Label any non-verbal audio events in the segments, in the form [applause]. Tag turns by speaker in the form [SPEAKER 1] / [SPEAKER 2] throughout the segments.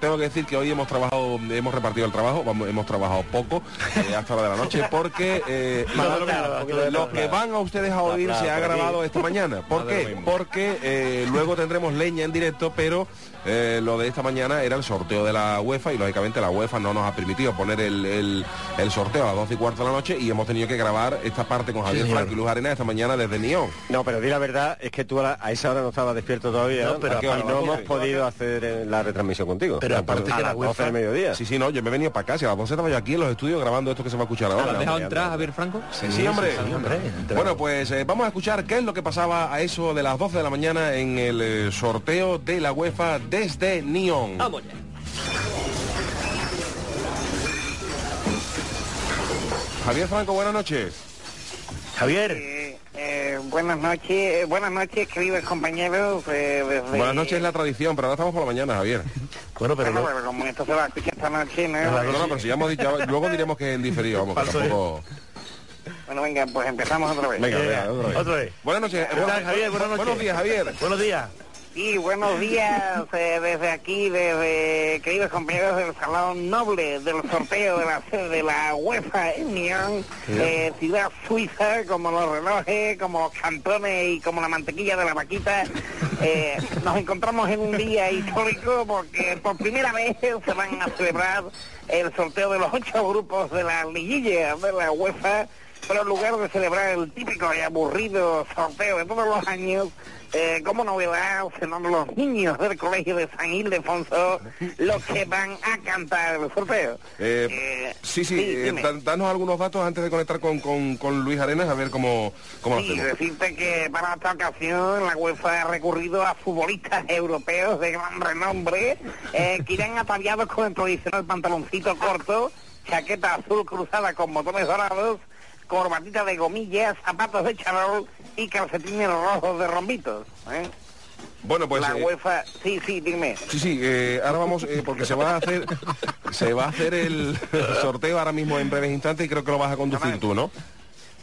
[SPEAKER 1] Tengo que decir que hoy hemos trabajado, hemos repartido el trabajo, vamos, hemos trabajado poco eh, hasta la de la noche porque eh, nada, lo, que, lo que van a ustedes a oír se ha grabado esta mañana. ¿Por qué? Porque eh, luego tendremos leña en directo, pero eh, lo de esta mañana era el sorteo de la UEFA y lógicamente la UEFA no nos ha permitido poner el, el- el sorteo a las 12 y cuarto de la noche y hemos tenido que grabar esta parte con Javier
[SPEAKER 2] señor.
[SPEAKER 1] Franco y Luz Arena esta mañana desde Neón.
[SPEAKER 2] No, pero di la verdad, es que tú a, la- a esa hora no estabas despierto todavía.
[SPEAKER 1] No,
[SPEAKER 2] No,
[SPEAKER 1] pero
[SPEAKER 2] pero
[SPEAKER 1] aparte-
[SPEAKER 2] no hemos podido hacer eh, la retransmisión contigo.
[SPEAKER 3] Pero
[SPEAKER 2] A-
[SPEAKER 3] aparte
[SPEAKER 2] a
[SPEAKER 3] que la
[SPEAKER 2] las 12 del
[SPEAKER 3] UEFA-
[SPEAKER 2] mediodía.
[SPEAKER 1] Sí, sí, no, yo me he venido para acá, si a las 12 estaba yo aquí en los estudios grabando esto que se va a escuchar
[SPEAKER 4] Ah, ¿Lo
[SPEAKER 1] ahora.
[SPEAKER 4] has dejado entrar, Javier Franco?
[SPEAKER 1] Sí, sí, hombre. Bueno, pues eh, vamos a escuchar qué es lo que pasaba a eso de las 12 de la mañana en el eh, sorteo de la UEFA desde Neon.
[SPEAKER 4] Vamos ya.
[SPEAKER 1] Javier Franco, buenas noches.
[SPEAKER 2] Javier.
[SPEAKER 5] Eh, eh, buenas noches, eh, buenas noches, queridos compañeros. eh, desde-
[SPEAKER 1] Buenas noches es la tradición, pero ahora estamos por la mañana, Javier.
[SPEAKER 3] Bueno, pero
[SPEAKER 5] Bueno,
[SPEAKER 3] lo-
[SPEAKER 5] pero como esto se va a escuchar esta noche, ¿no?
[SPEAKER 1] No, no, pero si ya hemos dicho, ya- luego diremos que es en diferido, vamos, que tampoco...
[SPEAKER 5] Bueno, venga, pues empezamos otra vez.
[SPEAKER 1] Venga, venga,
[SPEAKER 3] Venga,
[SPEAKER 1] otra vez.
[SPEAKER 3] otra vez.
[SPEAKER 1] Buenas noches. eh,
[SPEAKER 3] tal,
[SPEAKER 1] buenas-
[SPEAKER 3] Javier? Buenas noches.
[SPEAKER 1] Buenos días, Javier.
[SPEAKER 3] buenos días.
[SPEAKER 5] Y buenos días eh, desde aquí, desde queridos compañeros del Salón Noble del sorteo de la sede de la UEFA en Lyon, eh, ciudad suiza, como los relojes, como los cantones y como la mantequilla de la vaquita. Eh, nos encontramos en un día histórico porque por primera vez se van a celebrar el sorteo de los ocho grupos de la liguilla de la UEFA. Pero en lugar de celebrar el típico y aburrido sorteo de todos los años, eh, como novedad, serán los niños del colegio de San Ildefonso los que van a cantar el sorteo.
[SPEAKER 1] Eh,
[SPEAKER 5] Eh,
[SPEAKER 1] sí, sí, eh,
[SPEAKER 5] dime.
[SPEAKER 1] dan- danos algunos datos antes de conectar con, con- con Luis Arenas, a ver cómo, cómo lo
[SPEAKER 5] Sí,
[SPEAKER 1] hacemos.
[SPEAKER 5] decirte que para esta ocasión la UEFA ha recurrido a futbolistas europeos de gran renombre
[SPEAKER 1] [laughs]
[SPEAKER 5] eh, que irán ataviados con el tradicional pantaloncito corto, chaqueta azul cruzada con botones dorados, corbatita de gomillas, zapatos de charol y calcetines rojos de rombitos. ¿eh?
[SPEAKER 1] Bueno, pues...
[SPEAKER 5] la
[SPEAKER 1] eh,
[SPEAKER 5] UEFA, sí, sí, dime.
[SPEAKER 1] Sí, sí, eh, ahora vamos, eh, porque se va a
[SPEAKER 4] [laughs]
[SPEAKER 1] hacer se va a hacer el sorteo ahora mismo en breves instantes y creo que lo vas a conducir tú, ¿no?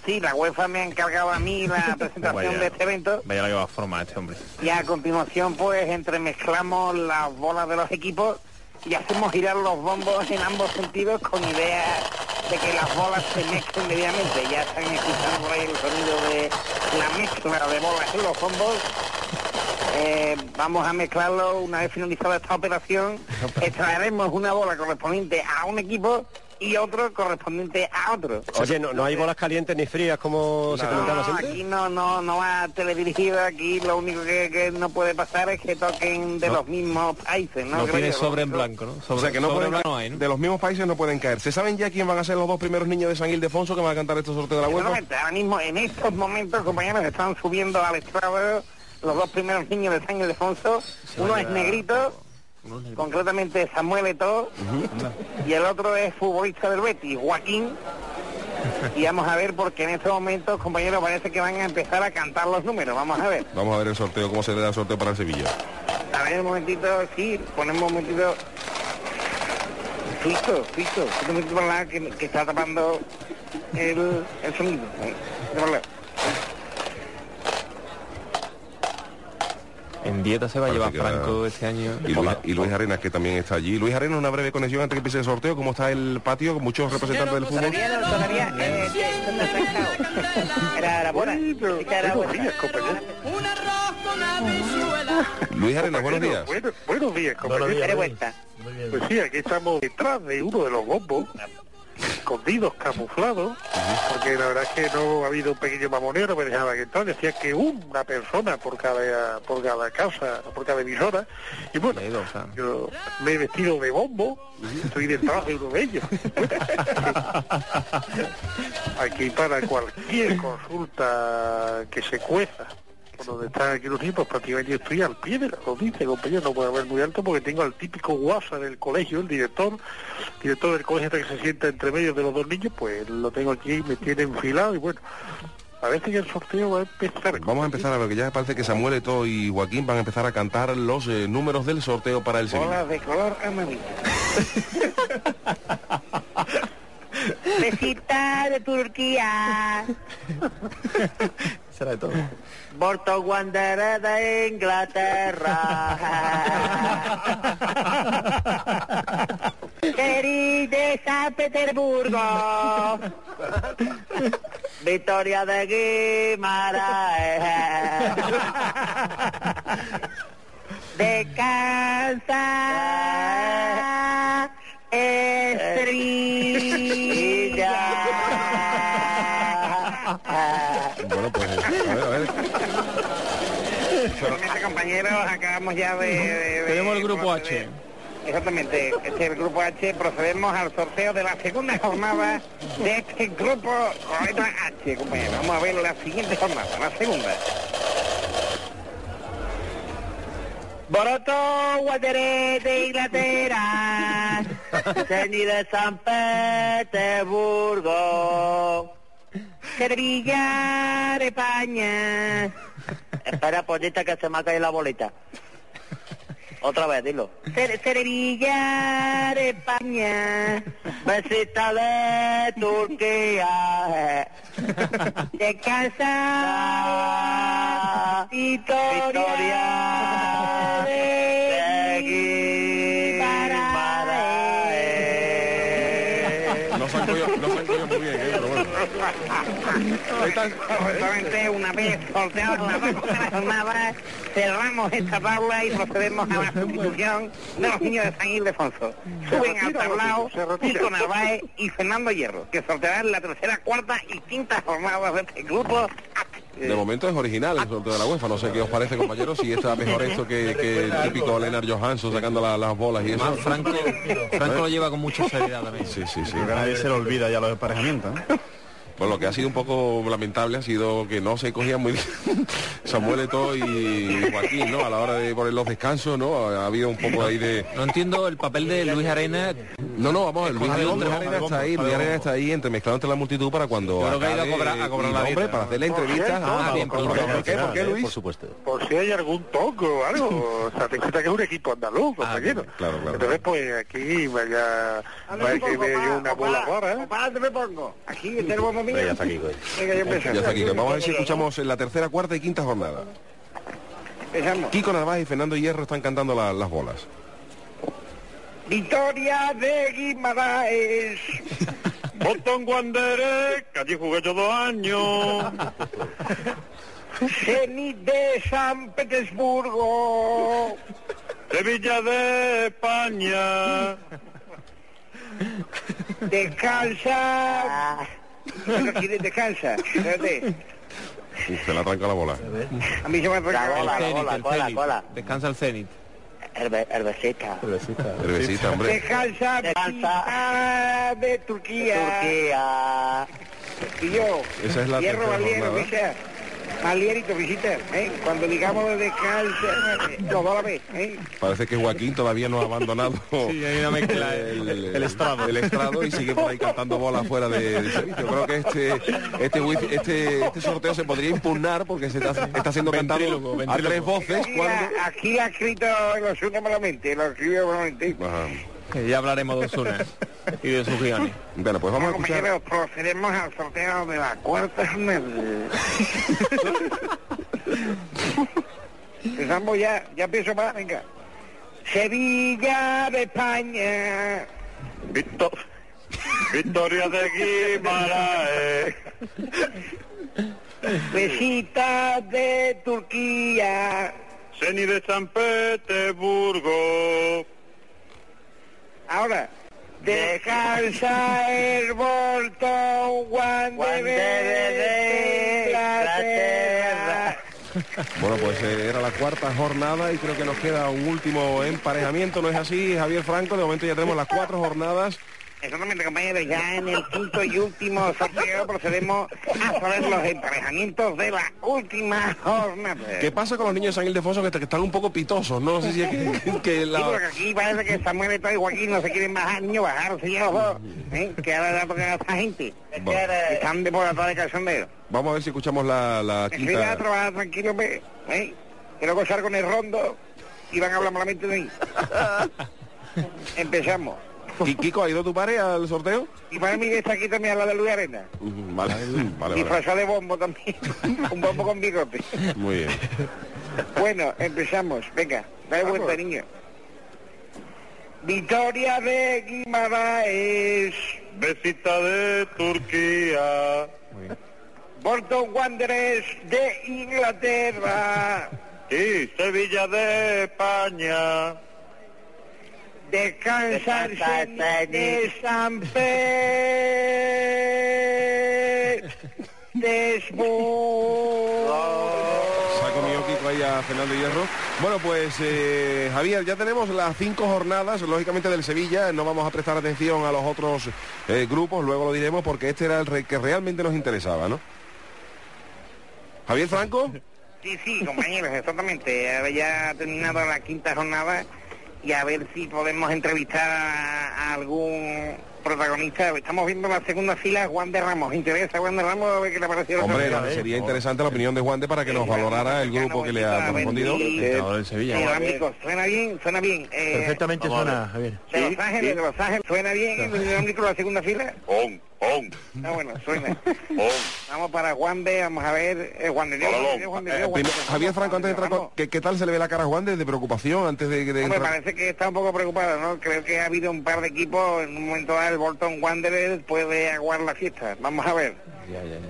[SPEAKER 5] Sí, la UEFA me ha encargado a
[SPEAKER 1] [laughs]
[SPEAKER 5] mí la presentación de este evento.
[SPEAKER 6] Vaya la que va a formar este hombre.
[SPEAKER 5] Y a continuación pues entremezclamos las bolas de los equipos y hacemos girar los bombos en ambos sentidos con idea de que las bolas se mezclen medianamente. Ya están escuchando por ahí el sonido de la mezcla de bolas en los bombos. Eh, vamos a mezclarlo una vez finalizada esta operación. Extraeremos una bola correspondiente a un equipo y otro correspondiente a otro.
[SPEAKER 2] Oye, no, no hay bolas calientes ni frías como se comentaba
[SPEAKER 5] No,
[SPEAKER 2] siempre.
[SPEAKER 5] aquí no, no, no va teledirigido, aquí lo único que, que no puede pasar es que toquen de los mismos países, ¿no?
[SPEAKER 4] No
[SPEAKER 5] Creo
[SPEAKER 4] tiene
[SPEAKER 5] que-
[SPEAKER 4] sobre en blanco, ¿no? Sobre,
[SPEAKER 1] O sea que no
[SPEAKER 4] sobre
[SPEAKER 1] pueden
[SPEAKER 4] en
[SPEAKER 1] ca-
[SPEAKER 4] blanco no hay, ¿no?
[SPEAKER 1] de los mismos países no pueden caer. ¿Se saben ya quién van a ser los dos primeros niños de San Ildefonso que van a cantar este sorteo de la UEFA?
[SPEAKER 5] Seguramente, ahora mismo, en estos momentos, compañeros, están subiendo al estrado los dos primeros niños de San Ildefonso. Uno es negrito, concretamente Samuel Eto'o, y el otro es futbolista del Betis, Joaquín. Y vamos a ver, porque en estos momentos, compañeros, parece que van a empezar a cantar los números. Vamos a ver.
[SPEAKER 1] Vamos a ver el sorteo, cómo se le da el sorteo para el Sevilla.
[SPEAKER 5] A ver, un momentito, sí, ponemos un momentito. Fisto, fisto, un momentito para la que, que está tapando el, el sonido. ¿eh? De por la-
[SPEAKER 4] En dieta se va a
[SPEAKER 1] Parece
[SPEAKER 4] llevar
[SPEAKER 1] que va-
[SPEAKER 4] Franco este año.
[SPEAKER 1] Y Luis, y Luis Arenas, que también está allí. Luis Arenas, una breve conexión antes que empiece el sorteo. ¿Cómo está el patio? Con muchos representantes del fútbol.
[SPEAKER 5] Pues, Todavía, no, todavía, eh, eh, no está sacado. Era, era buena. Esta era buena.
[SPEAKER 7] Un arroz con habichuela.
[SPEAKER 5] [laughs]
[SPEAKER 1] Luis Arenas, buenos días.
[SPEAKER 8] Bueno, buenos días,
[SPEAKER 3] Buenos
[SPEAKER 8] compañeros.
[SPEAKER 3] días.
[SPEAKER 5] Era
[SPEAKER 3] Luis.
[SPEAKER 5] buena.
[SPEAKER 3] Muy bien.
[SPEAKER 8] Pues sí, aquí estamos detrás de uno de los bombos, escondidos, camuflados, porque la verdad es que no ha habido un pequeño mamoneo, no me dejaba que entrar, decía que una persona por cada, por cada casa, por cada emisora, y bueno,
[SPEAKER 4] Leído, o sea.
[SPEAKER 8] yo me he vestido de bombo, estoy detrás de uno de ellos. aquí para cualquier consulta que se cueza. Por donde están aquí los tipos, pues prácticamente yo estoy al pie de la noticia, compañero, no puedo hablar muy alto porque tengo al típico guasa del colegio, el director, director del colegio este que se sienta entre medio de los dos niños, pues lo tengo aquí, me tiene enfilado y bueno, parece que el sorteo va a empezar.
[SPEAKER 1] Vamos a empezar a ver, que ya parece que Samuel Eto'o y Joaquín van a empezar a cantar los eh, números del sorteo para el Sevilla.
[SPEAKER 5] Bolas de color amarillo. Besita de Turquía.
[SPEAKER 4] será de todo.
[SPEAKER 5] Borto Wanderer de Inglaterra. Querí de San Petersburgo. Victoria de Guimaraes. Descansa. Estrella.
[SPEAKER 1] Bueno, pues a ver, a ver.
[SPEAKER 5] Realmente, compañeros, acabamos ya de... de- de-
[SPEAKER 4] Tenemos el grupo H.
[SPEAKER 5] proceder. Exactamente, este es el grupo H. Procedemos al sorteo de la segunda jornada de este grupo con letra H, compañeros. Vamos a ver la siguiente jornada, la segunda. Boroto Wateré de Inglaterra, Ceni de San Petersburgo, Sevilla, de España. Espera, pollita, que se me ha caído la bolita. Otra vez, dilo. Sevilla, de España, besita de Turquía, de casa, Victoria, de Guimaraes.
[SPEAKER 1] No se han cogido, no se han cogido muy bien, eh, pero bueno.
[SPEAKER 5] Solamente una vez sorteado la vacuna jornada, cerramos esta tabla y procedemos a la sustitución de los niños de San Ildefonso. Suben al tablao Kiko Narváez y Fernando Hierro, que sortearán la tercera, cuarta y quinta jornada de este grupo.
[SPEAKER 1] De momento es original el sorteo de la UEFA. No sé qué os parece, compañeros, si está mejor esto que, que el típico Lennart Johansson sacando la- las bolas y eso.
[SPEAKER 4] Además, Franco, Franco lo lleva con mucha seriedad también.
[SPEAKER 1] Sí, sí, sí.
[SPEAKER 2] Porque a nadie se le olvida ya los emparejamientos. ¿eh? ¿no?
[SPEAKER 1] Pues lo que ha sido un poco lamentable ha sido que no se cogían muy bien [laughs] Samuel Eto'o y Joaquín, ¿no? A la hora de poner los descansos, ¿no? Ha habido un poco ahí de...
[SPEAKER 4] No entiendo el papel de Luis Arena.
[SPEAKER 1] No, no, vamos, el Luis
[SPEAKER 4] Vale,
[SPEAKER 1] Luis
[SPEAKER 4] hombre,
[SPEAKER 1] Arena
[SPEAKER 2] vale,
[SPEAKER 1] está ahí,
[SPEAKER 2] vale,
[SPEAKER 1] Luis Arena
[SPEAKER 2] vale.
[SPEAKER 1] está ahí entremezclado entre la multitud para cuando
[SPEAKER 4] Yo creo que ha ido a
[SPEAKER 1] acabe,
[SPEAKER 4] cobrar- a cobrar
[SPEAKER 1] y,
[SPEAKER 4] la
[SPEAKER 1] hombre,
[SPEAKER 4] dieta.
[SPEAKER 1] para hacerle
[SPEAKER 9] Por
[SPEAKER 1] entrevistas.
[SPEAKER 9] cierto,
[SPEAKER 1] Ah,
[SPEAKER 4] por
[SPEAKER 1] bien, por,
[SPEAKER 4] cierto,
[SPEAKER 1] por- ¿por qué, por qué,
[SPEAKER 2] Nacional, eh,
[SPEAKER 1] Luis?
[SPEAKER 2] Por supuesto.
[SPEAKER 9] por si hay algún toque o algo. O sea, te cuenta que es un equipo andaluz, compañero.
[SPEAKER 1] claro, claro.
[SPEAKER 9] Entonces, pues aquí vaya, vaya que veo yo una bola ¿eh? ahora.
[SPEAKER 5] te me pongo. Aquí, en el bombo mío.
[SPEAKER 10] Venga, hasta aquí, güey.
[SPEAKER 5] Venga, yo empiezo.
[SPEAKER 1] Ya está Kiko. Vamos a ver si escuchamos en la tercera, cuarta y quinta jornada.
[SPEAKER 5] Empezamos.
[SPEAKER 1] Kiko Narváez y Fernando Hierro están cantando la- las bolas.
[SPEAKER 5] Victoria de Guimaraes.
[SPEAKER 9] Boston Wanderers, que allí jugué yo dos [laughs] años.
[SPEAKER 5] Zenit de San Petersburgo,
[SPEAKER 9] Sevilla de España.
[SPEAKER 5] descansa. No quieres descansa, espérate.
[SPEAKER 1] Uf, se le arranca la bola.
[SPEAKER 5] A mí se me ha arrancado
[SPEAKER 4] El
[SPEAKER 5] la
[SPEAKER 4] Zenit,
[SPEAKER 5] bola.
[SPEAKER 4] el Zenit. Descansa el Zenit.
[SPEAKER 5] Herbeceta.
[SPEAKER 1] Cervecita, hombre.
[SPEAKER 5] Descansa, descansa de Turquía. Turquía. Y yo,
[SPEAKER 1] Esa es la
[SPEAKER 5] Hierro
[SPEAKER 1] tercera
[SPEAKER 5] Valiero,
[SPEAKER 1] jornada.
[SPEAKER 5] visita. Valierito, visita. ¿eh? Cuando digamos descansa, los dólares. ¿eh?
[SPEAKER 1] Parece que Joaquín todavía no ha abandonado
[SPEAKER 4] hay una mezcla.
[SPEAKER 1] el estrado. El estrado y sigue por ahí cantando bolas fuera de, de servicio. Creo que este este, wifi- este este sorteo se podría impugnar porque se está, está siendo cantado
[SPEAKER 4] Ventrílogo,
[SPEAKER 1] a
[SPEAKER 4] ventrílogo.
[SPEAKER 1] tres voces
[SPEAKER 5] Aquí,
[SPEAKER 1] cuando.
[SPEAKER 5] ha- aquí ha escrito los Osuna malamente, lo escribió malamente.
[SPEAKER 1] Ajá.
[SPEAKER 4] Ya hablaremos de Osuna y de sus guiones.
[SPEAKER 1] Bueno, pues vamos a
[SPEAKER 5] Bueno,
[SPEAKER 1] escuchar.
[SPEAKER 5] compañeros, procedemos al sorteo de la cuarta
[SPEAKER 9] [laughs]
[SPEAKER 5] jornada. Empezamos ya, ya empiezo más, venga. Sevilla de España,
[SPEAKER 9] Victo- Victoria de Guimaraes.
[SPEAKER 5] visita de Turquía,
[SPEAKER 9] Ceni de San Petersburgo.
[SPEAKER 5] ahora, descansa el Bolton Wanderer de Inglaterra.
[SPEAKER 1] Bueno, pues eh, era la cuarta jornada y creo que nos queda un último emparejamiento, ¿no es así, Javier Franco? De momento ya tenemos las cuatro jornadas.
[SPEAKER 5] Exactamente, compañeros, ya en el quinto y último sorteo procedemos a saber los emparejamientos de la última jornada.
[SPEAKER 1] ¿Qué pasa con los niños de San Ildefonso que, que están un poco pitosos? No sé si es que, que- [laughs] que
[SPEAKER 5] Sí,
[SPEAKER 1] la...
[SPEAKER 5] porque aquí parece que Samuel Eto'o y Joaquín no se quieren bajar, niño, bajar, sí, los dos, ¿eh? que ahora le va a tocar a esta gente.
[SPEAKER 1] Bueno.
[SPEAKER 5] Que Están de por atrás de calzondero.
[SPEAKER 1] Vamos a ver si escuchamos la, la
[SPEAKER 5] Me voy a
[SPEAKER 1] quinta.
[SPEAKER 5] trabajar tranquilo, pe, ¿eh? que luego salgo en el rondo y van a hablar malamente de mí. Empezamos.
[SPEAKER 1] Ki- Kiko, ¿ha ido tu padre al sorteo?
[SPEAKER 5] Y para mí que está aquí también a la de Luis Arena.
[SPEAKER 1] Ujú, Vale, vale, vale.
[SPEAKER 5] Disfrazado de bombo también. Un bombo con bigote.
[SPEAKER 1] Muy bien.
[SPEAKER 5] Bueno, empezamos. Venga, dale vuelta, niño. Victoria de Guimaraes.
[SPEAKER 11] Besita de Turquía,
[SPEAKER 5] Bolton Wanderers de Inglaterra.
[SPEAKER 11] y Sevilla de España.
[SPEAKER 5] Descansan de San Petersburgo.
[SPEAKER 1] Se ha comido Kiko ahí a Fernando Hierro. Bueno, pues eh, Javier, ya tenemos las cinco jornadas, lógicamente del Sevilla. No vamos a prestar atención a los otros eh, grupos, luego lo diremos porque este era el re- que realmente nos interesaba, ¿no? Javier [laughs] Franco,
[SPEAKER 5] Sí, sí, compañeros, exactamente. Ahora Ya ha terminado la quinta jornada y a ver si podemos entrevistar a, a algún protagonista. Estamos viendo la segunda fila, Juan de Ramos. ¿Interesa Juan de Ramos a ver qué le pareció?
[SPEAKER 1] hombre, no, sería interesante la opinión de Juan de para que nos valorara el grupo que le ha correspondido. Eh,
[SPEAKER 4] Entrenador del Sevilla.
[SPEAKER 5] suena bien, suena bien. Eh,
[SPEAKER 2] Perfectamente suena, Javier.
[SPEAKER 5] De Los Ángeles, de Los Ángeles, ¿suena bien el dinámico la segunda fila?
[SPEAKER 11] On, on,
[SPEAKER 5] Ah, bueno, suena.
[SPEAKER 1] [laughs] Oh.
[SPEAKER 11] on.
[SPEAKER 5] Vamos para Juan de, vamos a ver, eh, Juan de Dios, Juan de Dios, Juan de Dios,
[SPEAKER 1] Eh,
[SPEAKER 5] Juan de
[SPEAKER 1] primero,
[SPEAKER 5] Dios.
[SPEAKER 1] Javier Franco, antes de entrar,
[SPEAKER 5] Vamos.
[SPEAKER 1] con- ¿qué, qué tal se le ve la cara a Juan de, de preocupación antes de, de
[SPEAKER 5] Hombre,
[SPEAKER 1] entrar?
[SPEAKER 5] parece que está un poco preocupado, ¿no? Creo que ha habido un par de equipos, en un momento dado el Bolton Wanderers puede aguar la fiesta. Vamos a ver.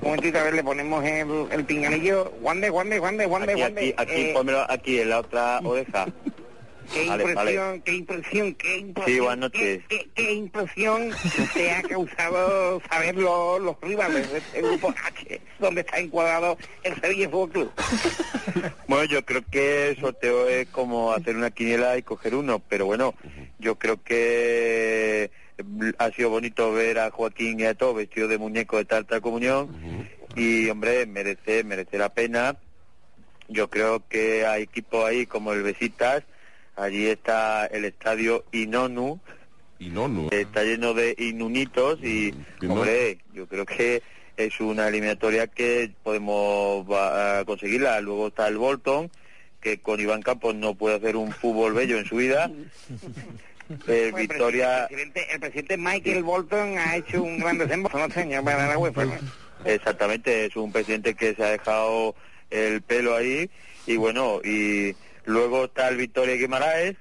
[SPEAKER 5] Un momentito, a ver, le ponemos el, el pinganillo. Wander, Wander, Wander, Wander,
[SPEAKER 9] Aquí,
[SPEAKER 5] Wander.
[SPEAKER 9] aquí, aquí,
[SPEAKER 5] Eh,
[SPEAKER 9] pónmelo aquí, en la
[SPEAKER 11] [laughs]
[SPEAKER 9] otra oreja.
[SPEAKER 5] qué,
[SPEAKER 9] vale,
[SPEAKER 5] impresión, qué impresión, qué impresión,
[SPEAKER 9] Sí, buenas
[SPEAKER 5] qué,
[SPEAKER 9] noches.
[SPEAKER 5] qué- qué impresión te ha causado saber lo- los rivales del del grupo H, donde está encuadrado el Sevilla Fútbol
[SPEAKER 9] [laughs]
[SPEAKER 5] Club.
[SPEAKER 9] Bueno, yo creo que el sorteo es como hacer una quiniela y coger uno, pero bueno, yo creo que mm, ha sido bonito ver a Joaquín y a todo vestido de muñeco de tarta comunión y hombre, merece, merece la pena. Yo creo que hay equipos ahí como el Besitas, allí está el estadio Inonu,
[SPEAKER 1] Y no, no.
[SPEAKER 9] Está lleno de inunitos y,
[SPEAKER 1] que no.
[SPEAKER 9] hombre, yo creo que es una eliminatoria que podemos va- a conseguirla. Luego está el Bolton, que con Iván Campos no puede hacer un fútbol bello en su vida. El
[SPEAKER 5] Bueno, pero
[SPEAKER 9] Victoria,
[SPEAKER 5] El presidente, el presidente Michael Bolton ha hecho un gran desembolso, ¿no, señor? Para la UEFA,
[SPEAKER 9] Pues,
[SPEAKER 5] ¿no?
[SPEAKER 9] exactamente, es un presidente que se ha dejado el pelo ahí. Y bueno, y luego está el Victoria Guimaraes,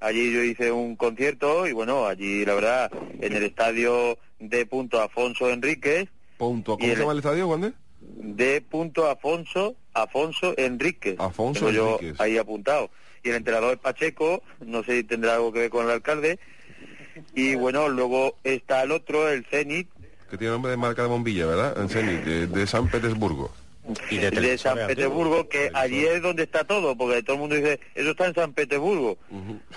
[SPEAKER 9] Allí yo hice un concierto y bueno, allí la verdad, en el estadio de punto Afonso Enríquez,
[SPEAKER 1] Punto. ¿Cómo
[SPEAKER 9] Y el-
[SPEAKER 1] se llama el estadio, Juan de?
[SPEAKER 9] de punto Afonso Afonso Enríquez.
[SPEAKER 1] Afonso
[SPEAKER 9] Tengo yo
[SPEAKER 1] Enríquez.
[SPEAKER 9] ahí apuntado. Y el entrenador es Pacheco, no sé si tendrá algo que ver con el alcalde. Y bueno, luego está el otro, el Zenit,
[SPEAKER 1] Que tiene nombre de marca de bombilla, ¿verdad? En Zenit, de, de San Petersburgo.
[SPEAKER 2] Y
[SPEAKER 9] de, San Petersburgo, que allí es donde está todo, porque todo el mundo dice, eso está en San Petersburgo.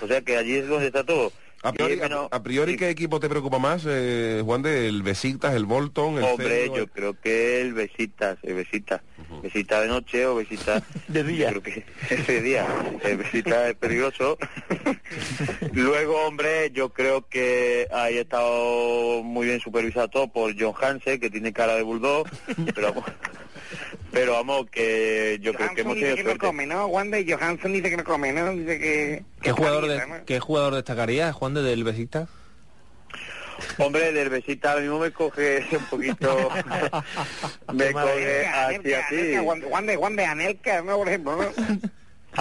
[SPEAKER 9] O sea que allí es donde está todo.
[SPEAKER 1] A
[SPEAKER 9] Y
[SPEAKER 1] priori, a,
[SPEAKER 9] menos-
[SPEAKER 1] a priori, ¿qué equipo te preocupa más, eh, Juan? De, ¿El Besiktas, el Bolton, el
[SPEAKER 9] Hombre,
[SPEAKER 1] Celtic,
[SPEAKER 9] yo
[SPEAKER 1] el-
[SPEAKER 9] creo que el besitas, el besitas, besita de noche o besita [laughs] de día. Creo que [laughs] de día, el besita es peligroso. [laughs] Luego, hombre, yo creo que ahí ha estado muy bien supervisado todo por John Hansen, que tiene cara de bulldog, [laughs] pero vamos, pero vamos que yo creo que
[SPEAKER 5] Johansson
[SPEAKER 9] hemos
[SPEAKER 5] dice
[SPEAKER 9] tenido
[SPEAKER 5] que no
[SPEAKER 9] suerte.
[SPEAKER 5] come, ¿no? Wanda y Johansson dice que no come, ¿no? Dice que...
[SPEAKER 4] ¿Qué jugador,
[SPEAKER 5] de...?
[SPEAKER 4] de, ¿Qué jugador destacaría, Juan, de del Besiktas?
[SPEAKER 9] Hombre, del besita ahora mismo me coge un [laughs] poquito, me
[SPEAKER 5] Eh,
[SPEAKER 9] coge así así.
[SPEAKER 5] Wanda, Wanda, Anelka, ¿no? Por ejemplo,
[SPEAKER 9] [laughs]
[SPEAKER 5] ¿no?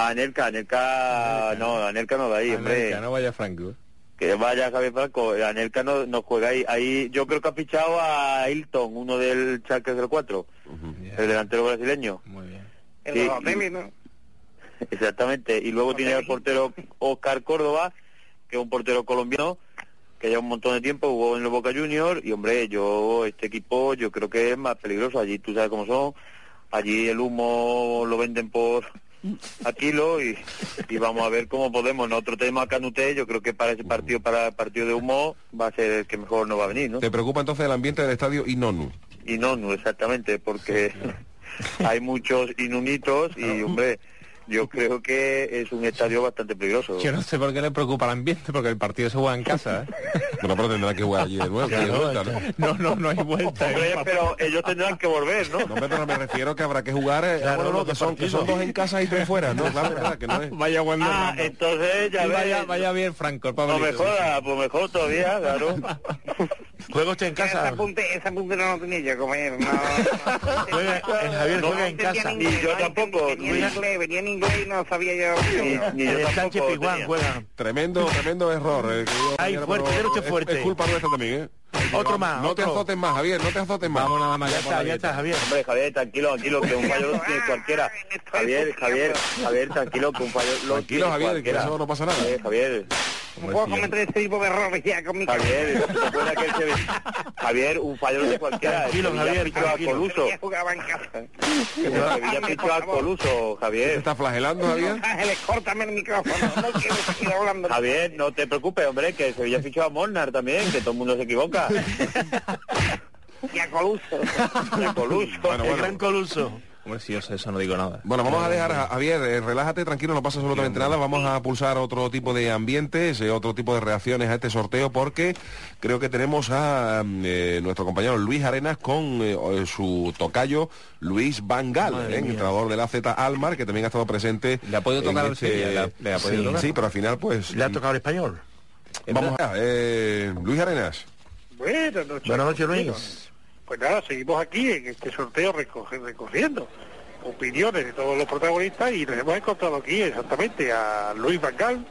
[SPEAKER 9] Anelka, Anelka, no, Anelka no da ahí, hombre.
[SPEAKER 4] América, no vaya Franco.
[SPEAKER 9] Que vaya Javier Franco, Anelka no, no juega ahí. Ahí yo creo que ha fichado a Hilton, uno del Charcas del 4, el delantero brasileño.
[SPEAKER 4] Muy bien.
[SPEAKER 5] El
[SPEAKER 9] Sí,
[SPEAKER 5] de
[SPEAKER 9] y-
[SPEAKER 5] los Demis, ¿no?
[SPEAKER 9] Exactamente. Y luego tiene al portero Oscar Córdoba, que es un portero colombiano, que lleva un montón de tiempo, jugó en el Boca Junior. Y hombre, yo, este equipo, yo creo que es más peligroso. Allí tú sabes cómo son. Allí el humo lo venden por a kilo y, y vamos a ver cómo podemos. Nosotros tenemos a Canute, yo creo que para ese partido, para el partido de humo, va a ser el que mejor nos va a venir, ¿no?
[SPEAKER 1] ¿Te preocupa entonces el ambiente del estadio Inonu?
[SPEAKER 9] [laughs] Y no, no, exactamente, porque hay muchos inunitos y, hombre, yo creo que es un estadio bastante peligroso.
[SPEAKER 4] Yo no sé por qué le preocupa el ambiente, porque el partido se juega en casa. ¿eh?
[SPEAKER 1] [laughs] Bueno, pero tendrá que jugar allí de nuevo. de vuelta, ¿no?
[SPEAKER 4] No, no, no hay vuelta.
[SPEAKER 9] Hombre, pero ellos tendrán que volver,
[SPEAKER 12] [laughs]
[SPEAKER 9] ¿no?
[SPEAKER 1] No, pero me refiero que habrá que jugar. eh, ah, bueno, no, que son, que son dos en casa y tres
[SPEAKER 4] [laughs]
[SPEAKER 1] fuera, ¿no? Claro, verdad que no es.
[SPEAKER 4] Vaya buen
[SPEAKER 9] Ah, entonces ya ves.
[SPEAKER 4] vaya, vaya bien, Franco. El
[SPEAKER 9] Pues
[SPEAKER 4] Pablito.
[SPEAKER 9] mejor, ah, pues mejor todavía,
[SPEAKER 12] [laughs]
[SPEAKER 9] claro.
[SPEAKER 12] Juega usted en
[SPEAKER 7] Esa
[SPEAKER 12] casa.
[SPEAKER 7] punte, esa punte no lo tenía yo, compañero. No, no.
[SPEAKER 12] Juega- el Javier
[SPEAKER 7] No,
[SPEAKER 12] juega en
[SPEAKER 7] entendía
[SPEAKER 12] casa.
[SPEAKER 7] ni inglés,
[SPEAKER 9] Y yo
[SPEAKER 7] no,
[SPEAKER 9] tampoco.
[SPEAKER 7] Venía en inglés, venía en inglés y no sabía yo.
[SPEAKER 9] Ni, ni yo
[SPEAKER 12] El Sánchez
[SPEAKER 9] tampoco
[SPEAKER 12] Pizjuán
[SPEAKER 9] tenía.
[SPEAKER 12] juega.
[SPEAKER 1] Tremendo, tremendo error. eh, que yo-
[SPEAKER 12] Ay,
[SPEAKER 1] pero
[SPEAKER 12] fuerte, pero usted
[SPEAKER 1] es-
[SPEAKER 12] fuerte.
[SPEAKER 1] Es, culpa nuestra también, ¿eh?
[SPEAKER 12] Otro más.
[SPEAKER 1] No te
[SPEAKER 12] otro.
[SPEAKER 1] azotes más, Javier, no te azotes más.
[SPEAKER 4] Vamos nada más.
[SPEAKER 12] Ya
[SPEAKER 4] ya por
[SPEAKER 12] está,
[SPEAKER 4] la
[SPEAKER 12] ya
[SPEAKER 4] dieta.
[SPEAKER 12] está, Javier.
[SPEAKER 9] Hombre, Javier, tranquilo, tranquilo, que un fallo lo tiene cualquiera. Javier, Javier, Javier, tranquilo, que un fallo lo tiene
[SPEAKER 1] Tranquilo, Javier, que
[SPEAKER 9] cualquiera.
[SPEAKER 1] eso no pasa nada.
[SPEAKER 9] Javier, Javier,
[SPEAKER 7] No puedo cometer ese tipo de errores ya con mi
[SPEAKER 9] Javier, recuerda que él se ve- Javier, un fallo lo tiene cualquiera.
[SPEAKER 12] Tranquilo,
[SPEAKER 9] Sevilla
[SPEAKER 12] Javier,
[SPEAKER 9] fichó a
[SPEAKER 12] tranquilo.
[SPEAKER 9] Coluso.
[SPEAKER 7] Ya jugaba en casa.
[SPEAKER 9] Sevilla fichó a Coluso,
[SPEAKER 1] ¿Te
[SPEAKER 9] Javier.
[SPEAKER 1] estás flagelando, Javier?
[SPEAKER 7] Ángeles, córtame el micrófono. No quiero seguir hablando.
[SPEAKER 9] Javier, no te preocupes, hombre, que Sevilla fichó a Molnar también, que todo el mundo se equivoca.
[SPEAKER 7] Y a Coluso.
[SPEAKER 9] Y a Coluso.
[SPEAKER 1] Bueno,
[SPEAKER 12] El
[SPEAKER 1] bueno.
[SPEAKER 12] gran Coluso.
[SPEAKER 4] Hombre, si yo sé eso, no digo nada.
[SPEAKER 1] Bueno, vamos a dejar, a- Javier, eh, relájate, tranquilo, no pasa absolutamente nada. Vamos a pulsar otro tipo de ambientes, eh, otro tipo de reacciones a este sorteo, porque creo que tenemos a mm, eh, nuestro compañero Luis Arenas con eh, o- eh, su tocayo Luis Bangal, entrenador de la Z Almar, que también ha estado presente.
[SPEAKER 4] Le ha podido
[SPEAKER 1] en este
[SPEAKER 4] tocar al Sevilla, le ha- le ha podido
[SPEAKER 1] sí,
[SPEAKER 4] tocar.
[SPEAKER 1] sí, pero al final, pues.
[SPEAKER 12] Le ha tocado el español.
[SPEAKER 1] Vamos allá, eh, Luis Arenas.
[SPEAKER 5] Buenas noches.
[SPEAKER 12] Buenas noches,
[SPEAKER 5] compañeros.
[SPEAKER 12] Luis.
[SPEAKER 5] Pues nada, seguimos aquí en este sorteo recoge- recogiendo opiniones de todos los protagonistas y nos hemos encontrado aquí exactamente a Luis Vangal,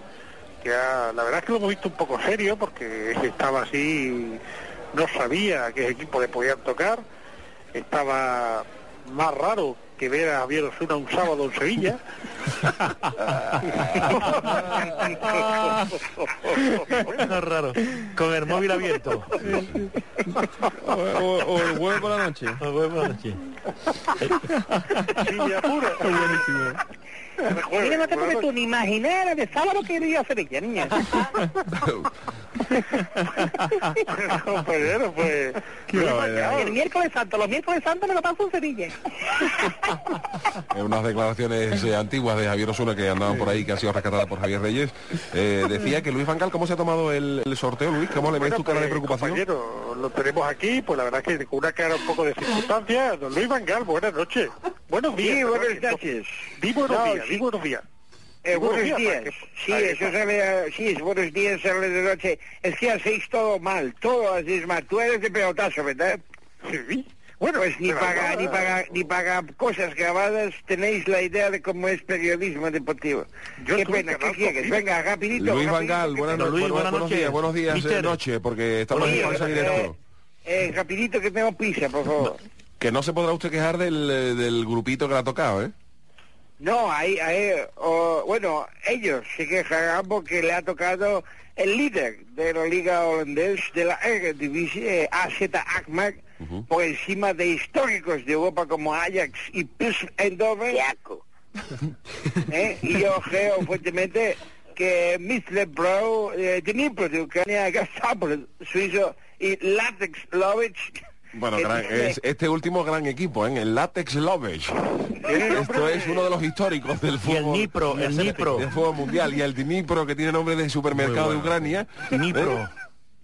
[SPEAKER 5] que ha- la verdad es que lo hemos visto un poco serio porque [laughs] estaba así, no sabía a qué equipo le podían tocar, estaba más raro que ver a Javier Osuna un sábado en Sevilla.
[SPEAKER 12] No es raro. Con el móvil abierto.
[SPEAKER 4] O, o- o el jueves por la noche.
[SPEAKER 12] Buenas noches.
[SPEAKER 5] Sevilla pura. [laughs]
[SPEAKER 7] Mira, no te puedes tú ni imaginar de sábado que iría a Sevilla, [laughs] niña.
[SPEAKER 5] [laughs] Compañero, pues... Luis Van Gaal,
[SPEAKER 7] El miércoles santo, los miércoles santos me lo paso en Sevilla.
[SPEAKER 1] Eh, unas declaraciones eh, antiguas de Javier Osuna que andaban por ahí, que ha sido rescatada por Javier Reyes. Eh, decía que Luis Vangal, ¿cómo se ha tomado el, el sorteo, Luis? ¿Cómo le ves
[SPEAKER 5] Bueno,
[SPEAKER 1] tu cara de
[SPEAKER 5] pues,
[SPEAKER 1] preocupación?
[SPEAKER 5] Compañero, lo tenemos aquí, pues la verdad es que con una cara un poco de circunstancia. Don Luis Vangal, buenas noches. Buenos días.
[SPEAKER 7] Sí,
[SPEAKER 5] perdón,
[SPEAKER 7] buenas
[SPEAKER 5] no,
[SPEAKER 7] noches.
[SPEAKER 5] Di buenos
[SPEAKER 7] No,
[SPEAKER 5] días,
[SPEAKER 7] sí.
[SPEAKER 5] di buenos días.
[SPEAKER 7] Eh, buenos
[SPEAKER 5] Buenos días,
[SPEAKER 7] días.
[SPEAKER 5] Paco.
[SPEAKER 7] Sí,
[SPEAKER 5] Ahí
[SPEAKER 7] eso
[SPEAKER 5] está.
[SPEAKER 7] sale, a- sí, es buenos días, sale de noche. Es que hacéis todo mal, todo hacéis mal. Tú eres de pelotazo, ¿verdad?
[SPEAKER 5] Sí. Bueno,
[SPEAKER 7] Pues ni
[SPEAKER 5] pero
[SPEAKER 7] paga,
[SPEAKER 5] ahora-
[SPEAKER 7] ni paga, ni paga cosas grabadas, tenéis la idea de cómo es periodismo deportivo.
[SPEAKER 5] Yo
[SPEAKER 7] Qué
[SPEAKER 5] estuve en
[SPEAKER 7] pena, ¿qué
[SPEAKER 5] Canal
[SPEAKER 7] quieres?
[SPEAKER 5] Cofidis.
[SPEAKER 7] Venga, rapidito.
[SPEAKER 1] Luis
[SPEAKER 7] rapidito,
[SPEAKER 1] Vangal,
[SPEAKER 7] que
[SPEAKER 1] buenas,
[SPEAKER 7] tengo-
[SPEAKER 1] no-
[SPEAKER 12] Luis,
[SPEAKER 1] buenos-
[SPEAKER 12] buenas
[SPEAKER 1] buenos
[SPEAKER 12] noches.
[SPEAKER 1] días, buenos días, eh,
[SPEAKER 12] Mister.
[SPEAKER 1] noche, porque estamos
[SPEAKER 7] Sí,
[SPEAKER 1] en pausa
[SPEAKER 7] eh,
[SPEAKER 1] directo.
[SPEAKER 7] eh, rapidito que tengo prisa, por favor.
[SPEAKER 1] Que no se podrá usted quejar del, eh, del grupito que le ha tocado, ¿eh?
[SPEAKER 7] No, ahí, ahí, o- bueno, ellos se quejarán porque le ha tocado el líder de la liga holandés de la Eredivisie, eh, AZ Akmak, por encima de históricos de Europa como Ajax y PSV Eindhoven. [laughs] ¿Eh? Y yo creo fuertemente que Mr. Bro, eh, Dnipro de Ucrania, Gastapol, suizo, y Latex Lovich...
[SPEAKER 1] Bueno,
[SPEAKER 7] que
[SPEAKER 1] gran-
[SPEAKER 7] tiene-
[SPEAKER 1] es- este último gran equipo, ¿eh? El Latex Lovech. Esto es uno de los históricos del
[SPEAKER 12] Y
[SPEAKER 1] fútbol.
[SPEAKER 12] el Nipro, el Nipro.
[SPEAKER 1] Del fútbol mundial. Y el Dnipro, que tiene nombre de supermercado de Ucrania. ¿eh?
[SPEAKER 12] Nipro.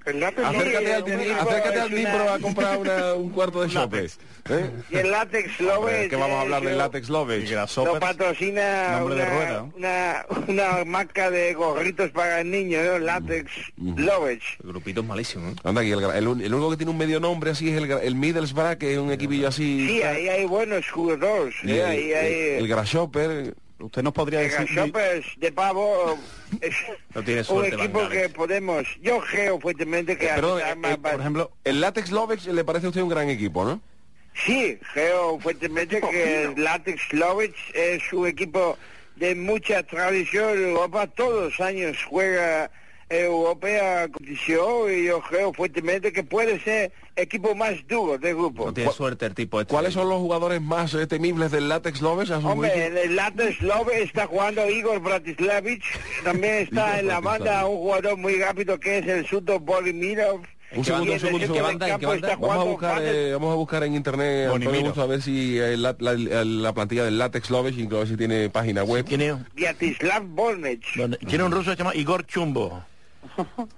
[SPEAKER 5] El lápiz-
[SPEAKER 1] Acércate al,
[SPEAKER 7] un
[SPEAKER 1] Dnipro,
[SPEAKER 7] libro
[SPEAKER 1] acércate al
[SPEAKER 7] es una-
[SPEAKER 1] Dnipro a comprar una- un cuarto de shoppers. ¿eh?
[SPEAKER 7] Y el Latex
[SPEAKER 1] Hombre,
[SPEAKER 7] Lovich...
[SPEAKER 1] que vamos a hablar
[SPEAKER 7] eh,
[SPEAKER 1] del
[SPEAKER 7] yo-
[SPEAKER 1] látex Lovech.
[SPEAKER 7] Lo patrocina
[SPEAKER 3] Nombre de
[SPEAKER 7] una,
[SPEAKER 3] rueda, ¿no?
[SPEAKER 7] una, una marca de gorritos para niños, ¿no? Látex Lovage.
[SPEAKER 4] El grupito es malísimo, ¿eh?
[SPEAKER 1] Anda aquí, el, gra- el un- el único que tiene un medio nombre así es el, gra- el Middlesbrough, que es un equipillo así.
[SPEAKER 7] Sí, ahí hay buenos jugadores.
[SPEAKER 1] y
[SPEAKER 7] ¿eh?
[SPEAKER 1] el,
[SPEAKER 7] Ahí
[SPEAKER 1] el
[SPEAKER 7] hay
[SPEAKER 1] Grasshopper.
[SPEAKER 3] Usted nos podría decir...
[SPEAKER 7] Grasshoppers de
[SPEAKER 1] [laughs]
[SPEAKER 7] pavo. es
[SPEAKER 4] No tiene
[SPEAKER 7] un
[SPEAKER 4] suerte,
[SPEAKER 7] equipo
[SPEAKER 4] Van Gaal,
[SPEAKER 7] que
[SPEAKER 4] ¿eh?
[SPEAKER 7] podemos. Yo creo fuertemente que.
[SPEAKER 1] Perdón,
[SPEAKER 7] Arsenal
[SPEAKER 1] eh,
[SPEAKER 7] más
[SPEAKER 1] eh,
[SPEAKER 7] va-
[SPEAKER 1] por ejemplo, el Látex Lovech le parece a usted un gran equipo, ¿no?
[SPEAKER 7] Sí, creo fuertemente
[SPEAKER 1] [laughs]
[SPEAKER 7] que el Látex Lovitz es un equipo de mucha tradición en Europa. Todos los años juega europea competición y yo creo fuertemente que puede ser equipo más duro del grupo.
[SPEAKER 4] No tiene suerte el tipo. Este
[SPEAKER 1] ¿Cuáles son los jugadores más eh, temibles del Látex Lovech? a su
[SPEAKER 7] Hombre,
[SPEAKER 1] juicio?
[SPEAKER 7] en el Látex Lovitz está jugando Igor Bratislavich. También está
[SPEAKER 1] Igor
[SPEAKER 7] en la banda
[SPEAKER 1] Bratislavic.
[SPEAKER 7] un jugador muy rápido que es el Suto Bolimirov.
[SPEAKER 1] Un segundo, un segundo, un
[SPEAKER 7] que
[SPEAKER 1] segundo.
[SPEAKER 7] banda, en qué banda?
[SPEAKER 1] Vamos a buscar, eh, vamos a buscar en internet Antonio
[SPEAKER 3] Bonimiro.
[SPEAKER 1] Busto, a ver si eh, la, la- la- la plantilla del Latex Lovech, incluso a ver si tiene página web.
[SPEAKER 2] Tiene, un-
[SPEAKER 7] Vyatislav Bornech.
[SPEAKER 2] bueno, tiene un ruso que se llama Igor Chumbo.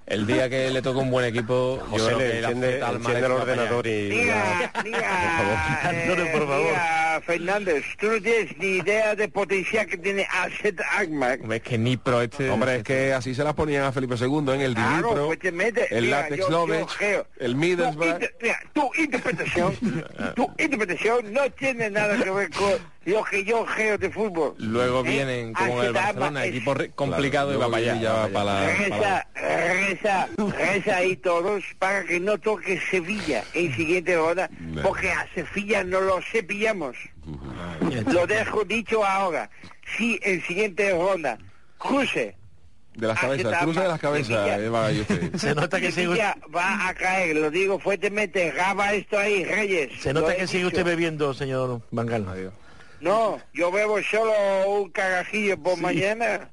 [SPEAKER 13] El día que le toca un buen equipo, yo
[SPEAKER 12] José
[SPEAKER 13] creo
[SPEAKER 12] le
[SPEAKER 13] que le
[SPEAKER 12] enciende,
[SPEAKER 13] afecta al
[SPEAKER 12] enciende
[SPEAKER 13] Málaga
[SPEAKER 12] el
[SPEAKER 13] para
[SPEAKER 12] ordenador y...
[SPEAKER 7] Mira, mira,
[SPEAKER 2] Antonio, por favor.
[SPEAKER 7] mira, eh, Fernández, tú no tienes ni idea de potencial que tiene Aset Agma.
[SPEAKER 13] mañana. Es que Nipro este...
[SPEAKER 1] Hombre, es que así se las ponían a Felipe II en el
[SPEAKER 7] Claro,
[SPEAKER 1] Dinipro,
[SPEAKER 7] pues te metes.
[SPEAKER 1] el
[SPEAKER 7] Mira, yo-
[SPEAKER 1] Latex
[SPEAKER 7] yo
[SPEAKER 1] Lovech,
[SPEAKER 7] creo.
[SPEAKER 1] el
[SPEAKER 7] Tu,
[SPEAKER 1] Middlesbrough.
[SPEAKER 7] inter- mira, tu interpretación, tu interpretación no tiene nada que ver con lo que yo creo de fútbol.
[SPEAKER 13] Luego
[SPEAKER 7] ¿Eh?
[SPEAKER 13] vienen como
[SPEAKER 7] Aset
[SPEAKER 13] el Barcelona,
[SPEAKER 7] Agma es-
[SPEAKER 13] equipo re- complicado y va
[SPEAKER 1] Luego
[SPEAKER 13] para allá.
[SPEAKER 1] ya
[SPEAKER 13] va
[SPEAKER 1] va
[SPEAKER 13] para
[SPEAKER 1] para
[SPEAKER 13] la- para la-
[SPEAKER 7] Reza, reza, reza ahí todos para que no toque Sevilla en siguiente ronda,
[SPEAKER 1] Vale.
[SPEAKER 7] porque a Sevilla no lo cepillamos. Lo dejo dicho ahora. Si en siguiente ronda cruce,
[SPEAKER 1] De las
[SPEAKER 7] Ah,
[SPEAKER 1] cabezas,
[SPEAKER 7] está,
[SPEAKER 1] cruce de las cabezas, eh,
[SPEAKER 7] Sevilla.
[SPEAKER 1] Eva y usted.
[SPEAKER 2] Se nota que sigue,
[SPEAKER 7] Sevilla va a caer, lo digo fuertemente, graba esto ahí, Reyes.
[SPEAKER 2] se
[SPEAKER 7] Lo
[SPEAKER 2] nota
[SPEAKER 7] he
[SPEAKER 2] que sigue
[SPEAKER 7] dicho.
[SPEAKER 2] usted bebiendo, señor Bangal.
[SPEAKER 7] No, yo bebo solo un carajillo por mañana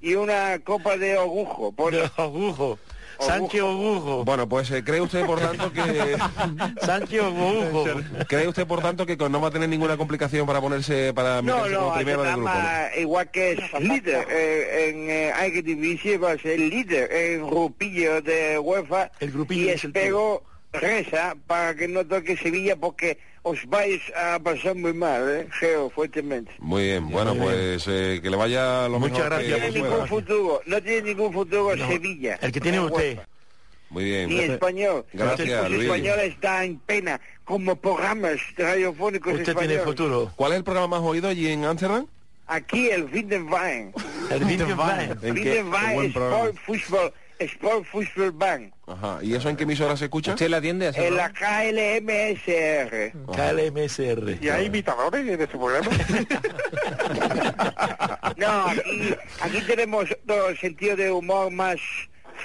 [SPEAKER 7] y una copa de ogujo. Por...
[SPEAKER 2] De Ogujo. Sánchez Ogujo.
[SPEAKER 1] Bueno, pues eh, cree usted, por tanto,
[SPEAKER 7] [laughs]
[SPEAKER 1] que
[SPEAKER 2] Sánchez Ogujo.
[SPEAKER 1] cree usted, por tanto, que con- no va a tener ninguna complicación para ponerse para
[SPEAKER 7] No,
[SPEAKER 1] meterse
[SPEAKER 7] no,
[SPEAKER 1] como primero de
[SPEAKER 7] Atama,
[SPEAKER 1] grupo. ¿no?
[SPEAKER 7] igual que es líder eh, en eh, Eredivisie, va a ser líder en grupillo de UEFA
[SPEAKER 2] El grupillo
[SPEAKER 7] y
[SPEAKER 2] es el
[SPEAKER 7] espero reza para que no toque Sevilla porque os vais a pasar muy mal, eh, Geo, fuertemente.
[SPEAKER 2] Eh,
[SPEAKER 1] Muy bien, bueno, pues eh, que le vaya lo
[SPEAKER 2] Muchas
[SPEAKER 1] mejor que
[SPEAKER 2] pues gracias,
[SPEAKER 7] No tiene
[SPEAKER 1] pueda.
[SPEAKER 7] ningún futuro, no tiene ningún futuro
[SPEAKER 2] No,
[SPEAKER 7] Sevilla.
[SPEAKER 2] el que tiene
[SPEAKER 7] en
[SPEAKER 2] usted.
[SPEAKER 7] UEFA,
[SPEAKER 1] Muy bien.
[SPEAKER 7] Ni español.
[SPEAKER 1] Gracias,
[SPEAKER 7] Los
[SPEAKER 1] Luis.
[SPEAKER 7] españoles están en pena como programas radiofónicos
[SPEAKER 2] Usted
[SPEAKER 7] españoles.
[SPEAKER 2] tiene futuro.
[SPEAKER 1] ¿Cuál es el programa más oído allí en Amsterdam?
[SPEAKER 7] Aquí el Vindenwein.
[SPEAKER 2] El Vincent Van.
[SPEAKER 1] ¿En
[SPEAKER 7] Vive
[SPEAKER 1] qué?
[SPEAKER 7] va
[SPEAKER 1] buen programa.
[SPEAKER 7] Sport Fútbol, Sport Fútbol Bank,
[SPEAKER 1] Ajá. ¿Y eso en qué emisora se escucha?
[SPEAKER 13] ¿Usted la atiende así?
[SPEAKER 7] en la KLMSR.
[SPEAKER 2] KLMSR.
[SPEAKER 5] ¿Y hay imitadores en este
[SPEAKER 7] [laughs]
[SPEAKER 5] programa?
[SPEAKER 7] No, aquí, aquí tenemos todo sentido de humor más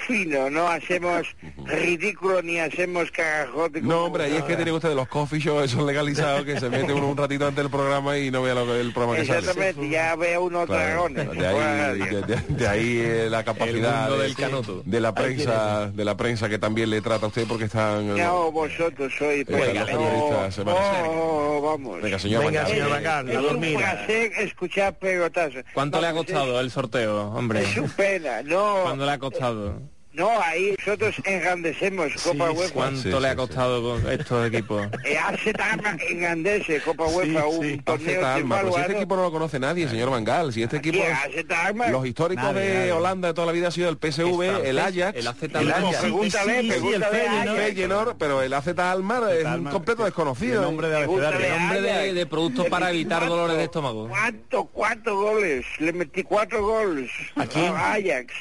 [SPEAKER 7] fino, no hacemos ridículo ni hacemos cagajote.
[SPEAKER 1] No, hombre, ahí es que tiene usted de los coffee shows esos legalizados que se mete uno un ratito antes del programa y no vea lo que, el programa que sale.
[SPEAKER 7] Exactamente, ya veo unos
[SPEAKER 1] Claro,
[SPEAKER 7] dragones.
[SPEAKER 1] de
[SPEAKER 7] por la
[SPEAKER 1] ahí, de,
[SPEAKER 7] radio.
[SPEAKER 1] de- de ahí eh, la capacidad
[SPEAKER 13] mundo
[SPEAKER 1] de-
[SPEAKER 13] del canuto.
[SPEAKER 1] de la prensa de la prensa que también le trata a usted porque están eh,
[SPEAKER 7] No, vosotros sois...
[SPEAKER 1] Venga,
[SPEAKER 7] pues,
[SPEAKER 1] periodistas, se van a hacer.
[SPEAKER 7] no, vamos.
[SPEAKER 1] venga señor
[SPEAKER 2] Venga,
[SPEAKER 1] Bangal.
[SPEAKER 2] señor Bangal,
[SPEAKER 7] es
[SPEAKER 2] a
[SPEAKER 7] un
[SPEAKER 2] dormir.
[SPEAKER 7] placer escuchar pelotazos.
[SPEAKER 13] ¿Cuánto le ha
[SPEAKER 7] Vamos, es-
[SPEAKER 13] costado el sorteo, hombre?
[SPEAKER 7] Es un pena, no.
[SPEAKER 13] ¿Cuánto le ha costado?
[SPEAKER 7] No, ahí nosotros engrandecemos Copa
[SPEAKER 13] Sí,
[SPEAKER 7] UEFA.
[SPEAKER 13] ¿Cuánto
[SPEAKER 1] Sí,
[SPEAKER 13] le
[SPEAKER 1] sí,
[SPEAKER 13] ha costado con estos equipos?
[SPEAKER 7] Eh, hace Tama engrandece Copa UEFA, un
[SPEAKER 2] sí.
[SPEAKER 7] torneo
[SPEAKER 1] Zeta
[SPEAKER 7] sin
[SPEAKER 1] Alma, pero si este
[SPEAKER 7] valor.
[SPEAKER 1] equipo no lo conoce nadie, señor Bangal, si este
[SPEAKER 7] Aquí,
[SPEAKER 1] equipo es-
[SPEAKER 7] hace Tama.
[SPEAKER 1] los históricos
[SPEAKER 12] Nadie,
[SPEAKER 1] de
[SPEAKER 12] nadie.
[SPEAKER 1] Holanda de toda la vida ha sido el PSV,
[SPEAKER 13] Está,
[SPEAKER 1] el Ajax,
[SPEAKER 13] el AZ
[SPEAKER 1] el
[SPEAKER 13] Almar.
[SPEAKER 1] Ajax,
[SPEAKER 7] Pregúntale,
[SPEAKER 2] sí, sí,
[SPEAKER 7] pregúntale
[SPEAKER 2] el
[SPEAKER 7] a
[SPEAKER 1] el
[SPEAKER 7] Ajax.
[SPEAKER 1] Feyenoord, pero el AZ Almar es un
[SPEAKER 3] Almar,
[SPEAKER 1] completo
[SPEAKER 3] El
[SPEAKER 1] desconocido.
[SPEAKER 3] nombre de
[SPEAKER 7] Pregúntale
[SPEAKER 3] abecedario.
[SPEAKER 7] a
[SPEAKER 13] Nombre de-
[SPEAKER 7] Ajax.
[SPEAKER 13] de productos
[SPEAKER 7] Le
[SPEAKER 13] para
[SPEAKER 7] metí
[SPEAKER 13] evitar
[SPEAKER 7] cuatro-
[SPEAKER 13] dolores de estómago.
[SPEAKER 7] ¿Cuánto, cuatro goles? Le metí cuatro goles.
[SPEAKER 2] ¿A quién?
[SPEAKER 7] Ajax.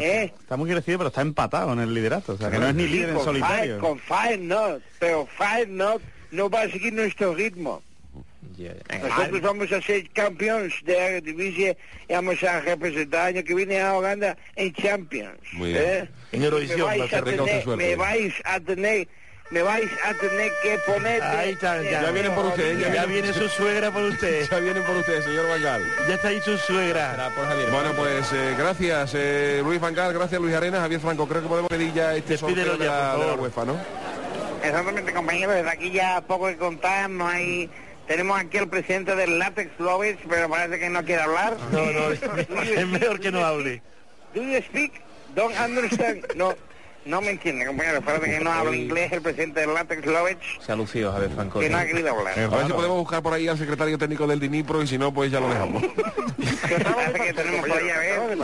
[SPEAKER 7] ¿Eh?
[SPEAKER 3] Pues Está muy crecido, pero está empatado en el liderato. O sea, que no es ni líder en
[SPEAKER 7] con Fire,
[SPEAKER 3] solitario.
[SPEAKER 7] con Fire Not, pero Fire Not no va a seguir nuestro ritmo. Nosotros vamos a ser campeones de Eredivisie y vamos a representar el año que viene a Holanda en Champions.
[SPEAKER 1] Muy bien.
[SPEAKER 7] ¿eh?
[SPEAKER 2] En Eurovisión
[SPEAKER 7] Me vais
[SPEAKER 2] va a ser
[SPEAKER 7] a
[SPEAKER 1] rica usted
[SPEAKER 7] tener-
[SPEAKER 1] suerte.
[SPEAKER 7] Me vais a tener, me vais a tener que poner...
[SPEAKER 2] Ahí está, ya.
[SPEAKER 1] Ya viene por usted,
[SPEAKER 2] Ya,
[SPEAKER 1] ya
[SPEAKER 2] viene su suegra por usted.
[SPEAKER 1] Ya vienen por usted, señor Bangal.
[SPEAKER 2] Ya está ahí su suegra.
[SPEAKER 13] Será por Javier.
[SPEAKER 1] Bueno, pues eh, gracias eh, Luis Bangal, gracias Luis Arenas, Javier Franco. Creo que podemos pedir ya este
[SPEAKER 2] Despídelo
[SPEAKER 1] sorteo de
[SPEAKER 2] ya,
[SPEAKER 1] la-
[SPEAKER 2] por
[SPEAKER 1] de la
[SPEAKER 2] favor.
[SPEAKER 1] UEFA, ¿no?
[SPEAKER 7] Exactamente, compañeros, desde aquí ya poco que contar, no hay... Tenemos aquí al presidente del Latex Lovers, pero parece que no quiere hablar.
[SPEAKER 2] No, [laughs] no, es mejor que no hable.
[SPEAKER 7] [laughs] Do you speak? Don't understand. No, no me entiende, compañero. Parece que no habla inglés el presidente del Latex Lovers,
[SPEAKER 13] Se ha lucido Javier Franco.
[SPEAKER 7] que no ha querido hablar.
[SPEAKER 1] A ver si podemos buscar por ahí al secretario técnico del Dinipro y si no, pues ya lo dejamos. [laughs]
[SPEAKER 7] Parece que tenemos por ahí a ver.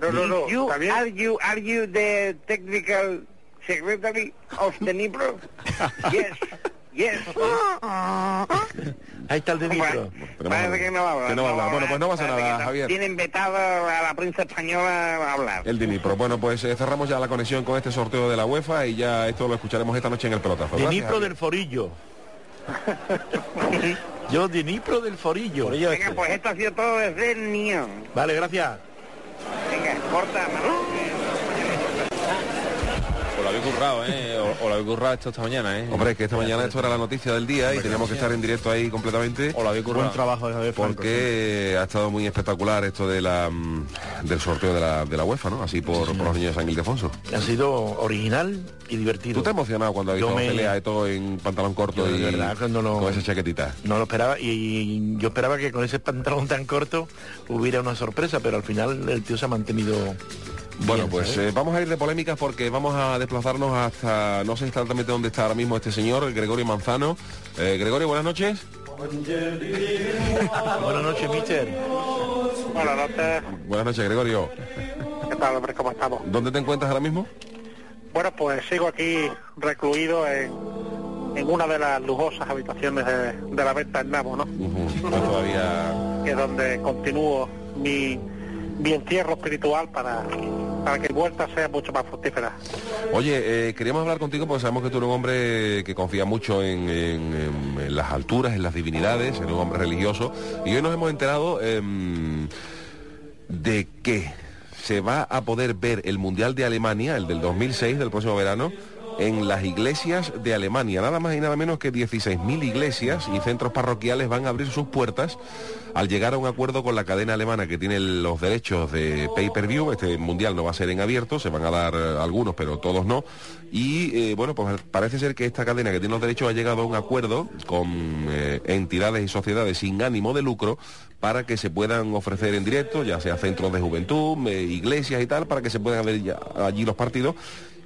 [SPEAKER 5] No, no, no,
[SPEAKER 7] You,
[SPEAKER 5] está bien.
[SPEAKER 7] are you are you the technical secretary of the Nipro? yes. Yes. Ah,
[SPEAKER 2] Ahí está el dedito.
[SPEAKER 7] Parece que no habla.
[SPEAKER 1] Que no habla. Bueno, pues no pasa
[SPEAKER 7] parece
[SPEAKER 1] nada,
[SPEAKER 7] que no.
[SPEAKER 1] Javier.
[SPEAKER 7] Tienen vetado a la prensa española a hablar.
[SPEAKER 1] El Dinipro. Bueno, pues eh, cerramos ya la conexión con este sorteo de la UEFA y ya esto lo escucharemos esta noche en el pelotazo.
[SPEAKER 2] De
[SPEAKER 1] Gracias,
[SPEAKER 2] Nipro
[SPEAKER 1] Javier.
[SPEAKER 2] del
[SPEAKER 7] [laughs]
[SPEAKER 2] Forillo. Yo de Nipro del Forillo.
[SPEAKER 3] este.
[SPEAKER 7] Venga, pues esto ha sido todo desde el Neon.
[SPEAKER 2] Vale, gracias.
[SPEAKER 7] Venga, corta, mano.
[SPEAKER 1] Pues lo habéis currado.
[SPEAKER 13] currado, ¿eh? O, o lo habéis currado esto esta mañana, ¿eh?
[SPEAKER 1] Hombre, que esta mañana esto era la noticia del día y
[SPEAKER 13] Hombre,
[SPEAKER 1] teníamos que estar en directo ahí completamente.
[SPEAKER 13] O lo habéis currado.
[SPEAKER 3] Buen trabajo de Javier Franco.
[SPEAKER 1] Porque ha estado muy espectacular esto de la, mm, del sorteo de la, de la UEFA, ¿no? Así por, por los niños de San Ildefonso.
[SPEAKER 2] Ha sido original y
[SPEAKER 1] ¿Tú
[SPEAKER 2] divertido.
[SPEAKER 1] te has emocionado cuando has
[SPEAKER 2] Yo
[SPEAKER 1] visto
[SPEAKER 2] me-
[SPEAKER 1] pelea y todo en pantalón corto
[SPEAKER 2] Yo de
[SPEAKER 1] y
[SPEAKER 2] verdad, cuando lo-
[SPEAKER 1] con esa chaquetita?
[SPEAKER 2] No lo esperaba y yo esperaba que con ese pantalón tan corto hubiera una sorpresa, pero al final el tío se ha mantenido.
[SPEAKER 1] Bueno,
[SPEAKER 2] bien,
[SPEAKER 1] pues
[SPEAKER 2] ¿sabes?
[SPEAKER 1] eh, vamos a ir de polémicas porque vamos a desplazarnos hasta, no sé exactamente dónde está ahora mismo este señor, Gregorio Manzano. Eh, Gregorio, buenas noches.
[SPEAKER 2] Buenas noches, mister.
[SPEAKER 5] Buenas noches,
[SPEAKER 1] Buenas noches, Gregorio.
[SPEAKER 5] ¿qué tal, hombre? ¿Cómo estamos?
[SPEAKER 1] ¿Dónde te encuentras ahora mismo?
[SPEAKER 5] Bueno, pues sigo aquí recluido en, en una de las lujosas habitaciones de, de la venta en Namo, ¿no?
[SPEAKER 1] Ujú, pues todavía...
[SPEAKER 5] que es donde continúo mi, mi entierro espiritual para, para que mi vuelta sea mucho más fructífera.
[SPEAKER 1] Oye, eh, queríamos hablar contigo porque sabemos que tú eres un hombre que confía mucho en, en- en- en las alturas, en las divinidades, eres un hombre religioso. Y hoy nos hemos enterado em, de que se va a poder ver el Mundial de Alemania, el del 2006, del próximo verano, en las iglesias de Alemania. Nada más y nada menos que 16.000 iglesias y centros parroquiales van a abrir sus puertas al llegar a un acuerdo con la cadena alemana que tiene los derechos de pay-per-view. Este Mundial no va a ser en abierto, se van a dar eh, algunos, pero todos no. Y eh, bueno, pues parece ser que esta cadena que tiene los derechos ha llegado a un acuerdo con eh, entidades y sociedades sin ánimo de lucro para que se puedan ofrecer en directo, ya sea centros de juventud, eh, iglesias y tal, para que se puedan ver ya- allí los partidos.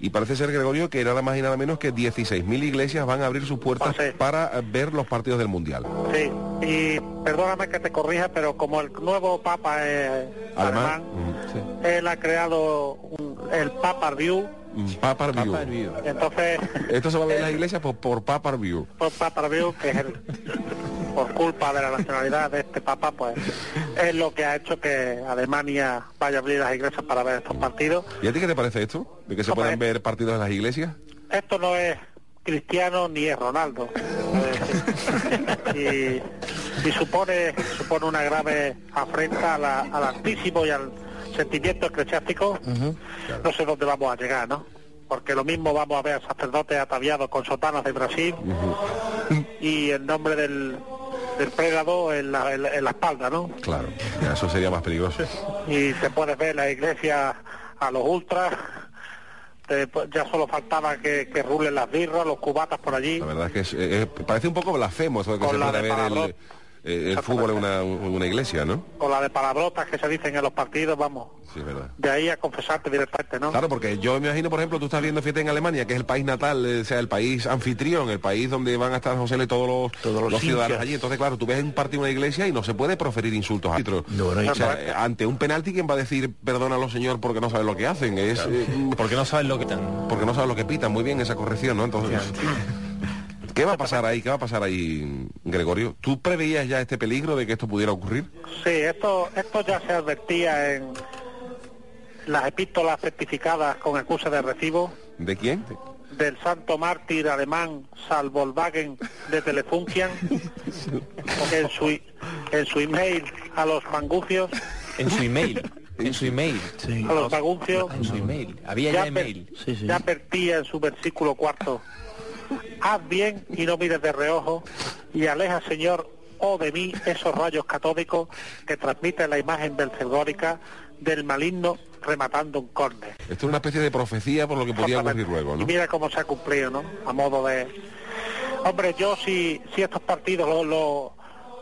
[SPEAKER 1] Y parece ser, Gregorio, que nada más y nada menos que 16.000 iglesias van a abrir sus puertas
[SPEAKER 5] José.
[SPEAKER 1] para eh, ver los partidos del Mundial.
[SPEAKER 5] Sí, y perdóname que te corrija, pero como el nuevo Papa es
[SPEAKER 1] Además, mm,
[SPEAKER 5] alemán, él ha creado un- el Papa View,
[SPEAKER 1] Papar
[SPEAKER 13] Papa View.
[SPEAKER 1] View.
[SPEAKER 5] entonces,
[SPEAKER 1] Mm,
[SPEAKER 5] [laughs]
[SPEAKER 1] Esto se va a ver en las iglesias por, por Papar View.
[SPEAKER 5] por Papa View, que es el, por culpa de la nacionalidad de este Papa, pues es lo que ha hecho que Alemania vaya a abrir las iglesias para ver estos partidos.
[SPEAKER 1] ¿Y a ti qué te parece esto? ¿De que se
[SPEAKER 5] Hombre.
[SPEAKER 1] puedan ver partidos en las iglesias?
[SPEAKER 5] esto no es Cristiano ni es Ronaldo. Eh, y, y supone supone una grave afrenta a la- al altísimo y al sentimiento eclesiástico. No sé dónde vamos a llegar, ¿no? Porque lo mismo vamos a ver sacerdotes ataviados con sotanas de Brasil y en nombre del, del prelado en la, en la- en la espalda, ¿no?
[SPEAKER 1] Claro, ya, eso sería más peligroso.
[SPEAKER 5] y te puedes ver la iglesia a los ultras te- ya solo faltaba que, que rulen las birras los cubatas por allí
[SPEAKER 1] La verdad es que es- eh, eh, parece un poco blasfemo eso de que
[SPEAKER 5] Con
[SPEAKER 1] se
[SPEAKER 5] la
[SPEAKER 1] pueda
[SPEAKER 5] de
[SPEAKER 1] ver el,
[SPEAKER 5] Palabró.
[SPEAKER 1] eh, el fútbol en una, una iglesia, ¿no?
[SPEAKER 5] con la de palabrotas que se dicen en los partidos vamos
[SPEAKER 1] Sí, es verdad.
[SPEAKER 5] de ahí a confesarte directamente no
[SPEAKER 1] Claro, porque yo me imagino, por ejemplo, tú estás viendo fiesta en Alemania, que es el país natal, eh, o sea, el país anfitrión, el país donde van a estar José y todos los,
[SPEAKER 2] Todos los
[SPEAKER 1] ciudadanos
[SPEAKER 2] hinchas.
[SPEAKER 1] allí. Entonces, claro, tú ves un partido en una iglesia y no se puede proferir insultos a árbitros.
[SPEAKER 2] No, no hay
[SPEAKER 1] O sea,
[SPEAKER 2] chance.
[SPEAKER 1] eh, ante un penalti, ¿quién va a decir perdónalo, señor, porque no sabe lo que hacen? Es eh,
[SPEAKER 13] Porque no sabes lo que tan.
[SPEAKER 1] porque no sabe lo que pitan. Muy bien esa corrección, ¿no? Entonces, [laughs] ¿qué va a pasar ahí? ¿Qué va a pasar ahí, Gregorio? ¿Tú preveías ya este peligro de que esto pudiera ocurrir?
[SPEAKER 5] sí esto esto ya se advertía en las epístolas certificadas con excusa de recibo
[SPEAKER 1] ¿De quién?
[SPEAKER 5] del santo mártir alemán Salvolwagen de Telefunkian que en su en su email a los mangufios
[SPEAKER 13] En su email. En su email.
[SPEAKER 5] a los maguncios
[SPEAKER 13] En su email. Había
[SPEAKER 5] ya,
[SPEAKER 13] ya
[SPEAKER 5] adver-
[SPEAKER 13] email.
[SPEAKER 2] Sí, sí.
[SPEAKER 5] ya advertía en su versículo cuarto. Haz bien y no mires de reojo y aleja, Señor, oh de mí, esos rayos catódicos que transmiten la imagen belcegórica del maligno rematando un corne.
[SPEAKER 1] Esto es una especie de profecía por lo que podía ocurrir luego,
[SPEAKER 5] Y
[SPEAKER 1] ¿no?
[SPEAKER 5] mira cómo se ha cumplido, ¿no? A modo de... Hombre, yo si, si estos partidos los lo,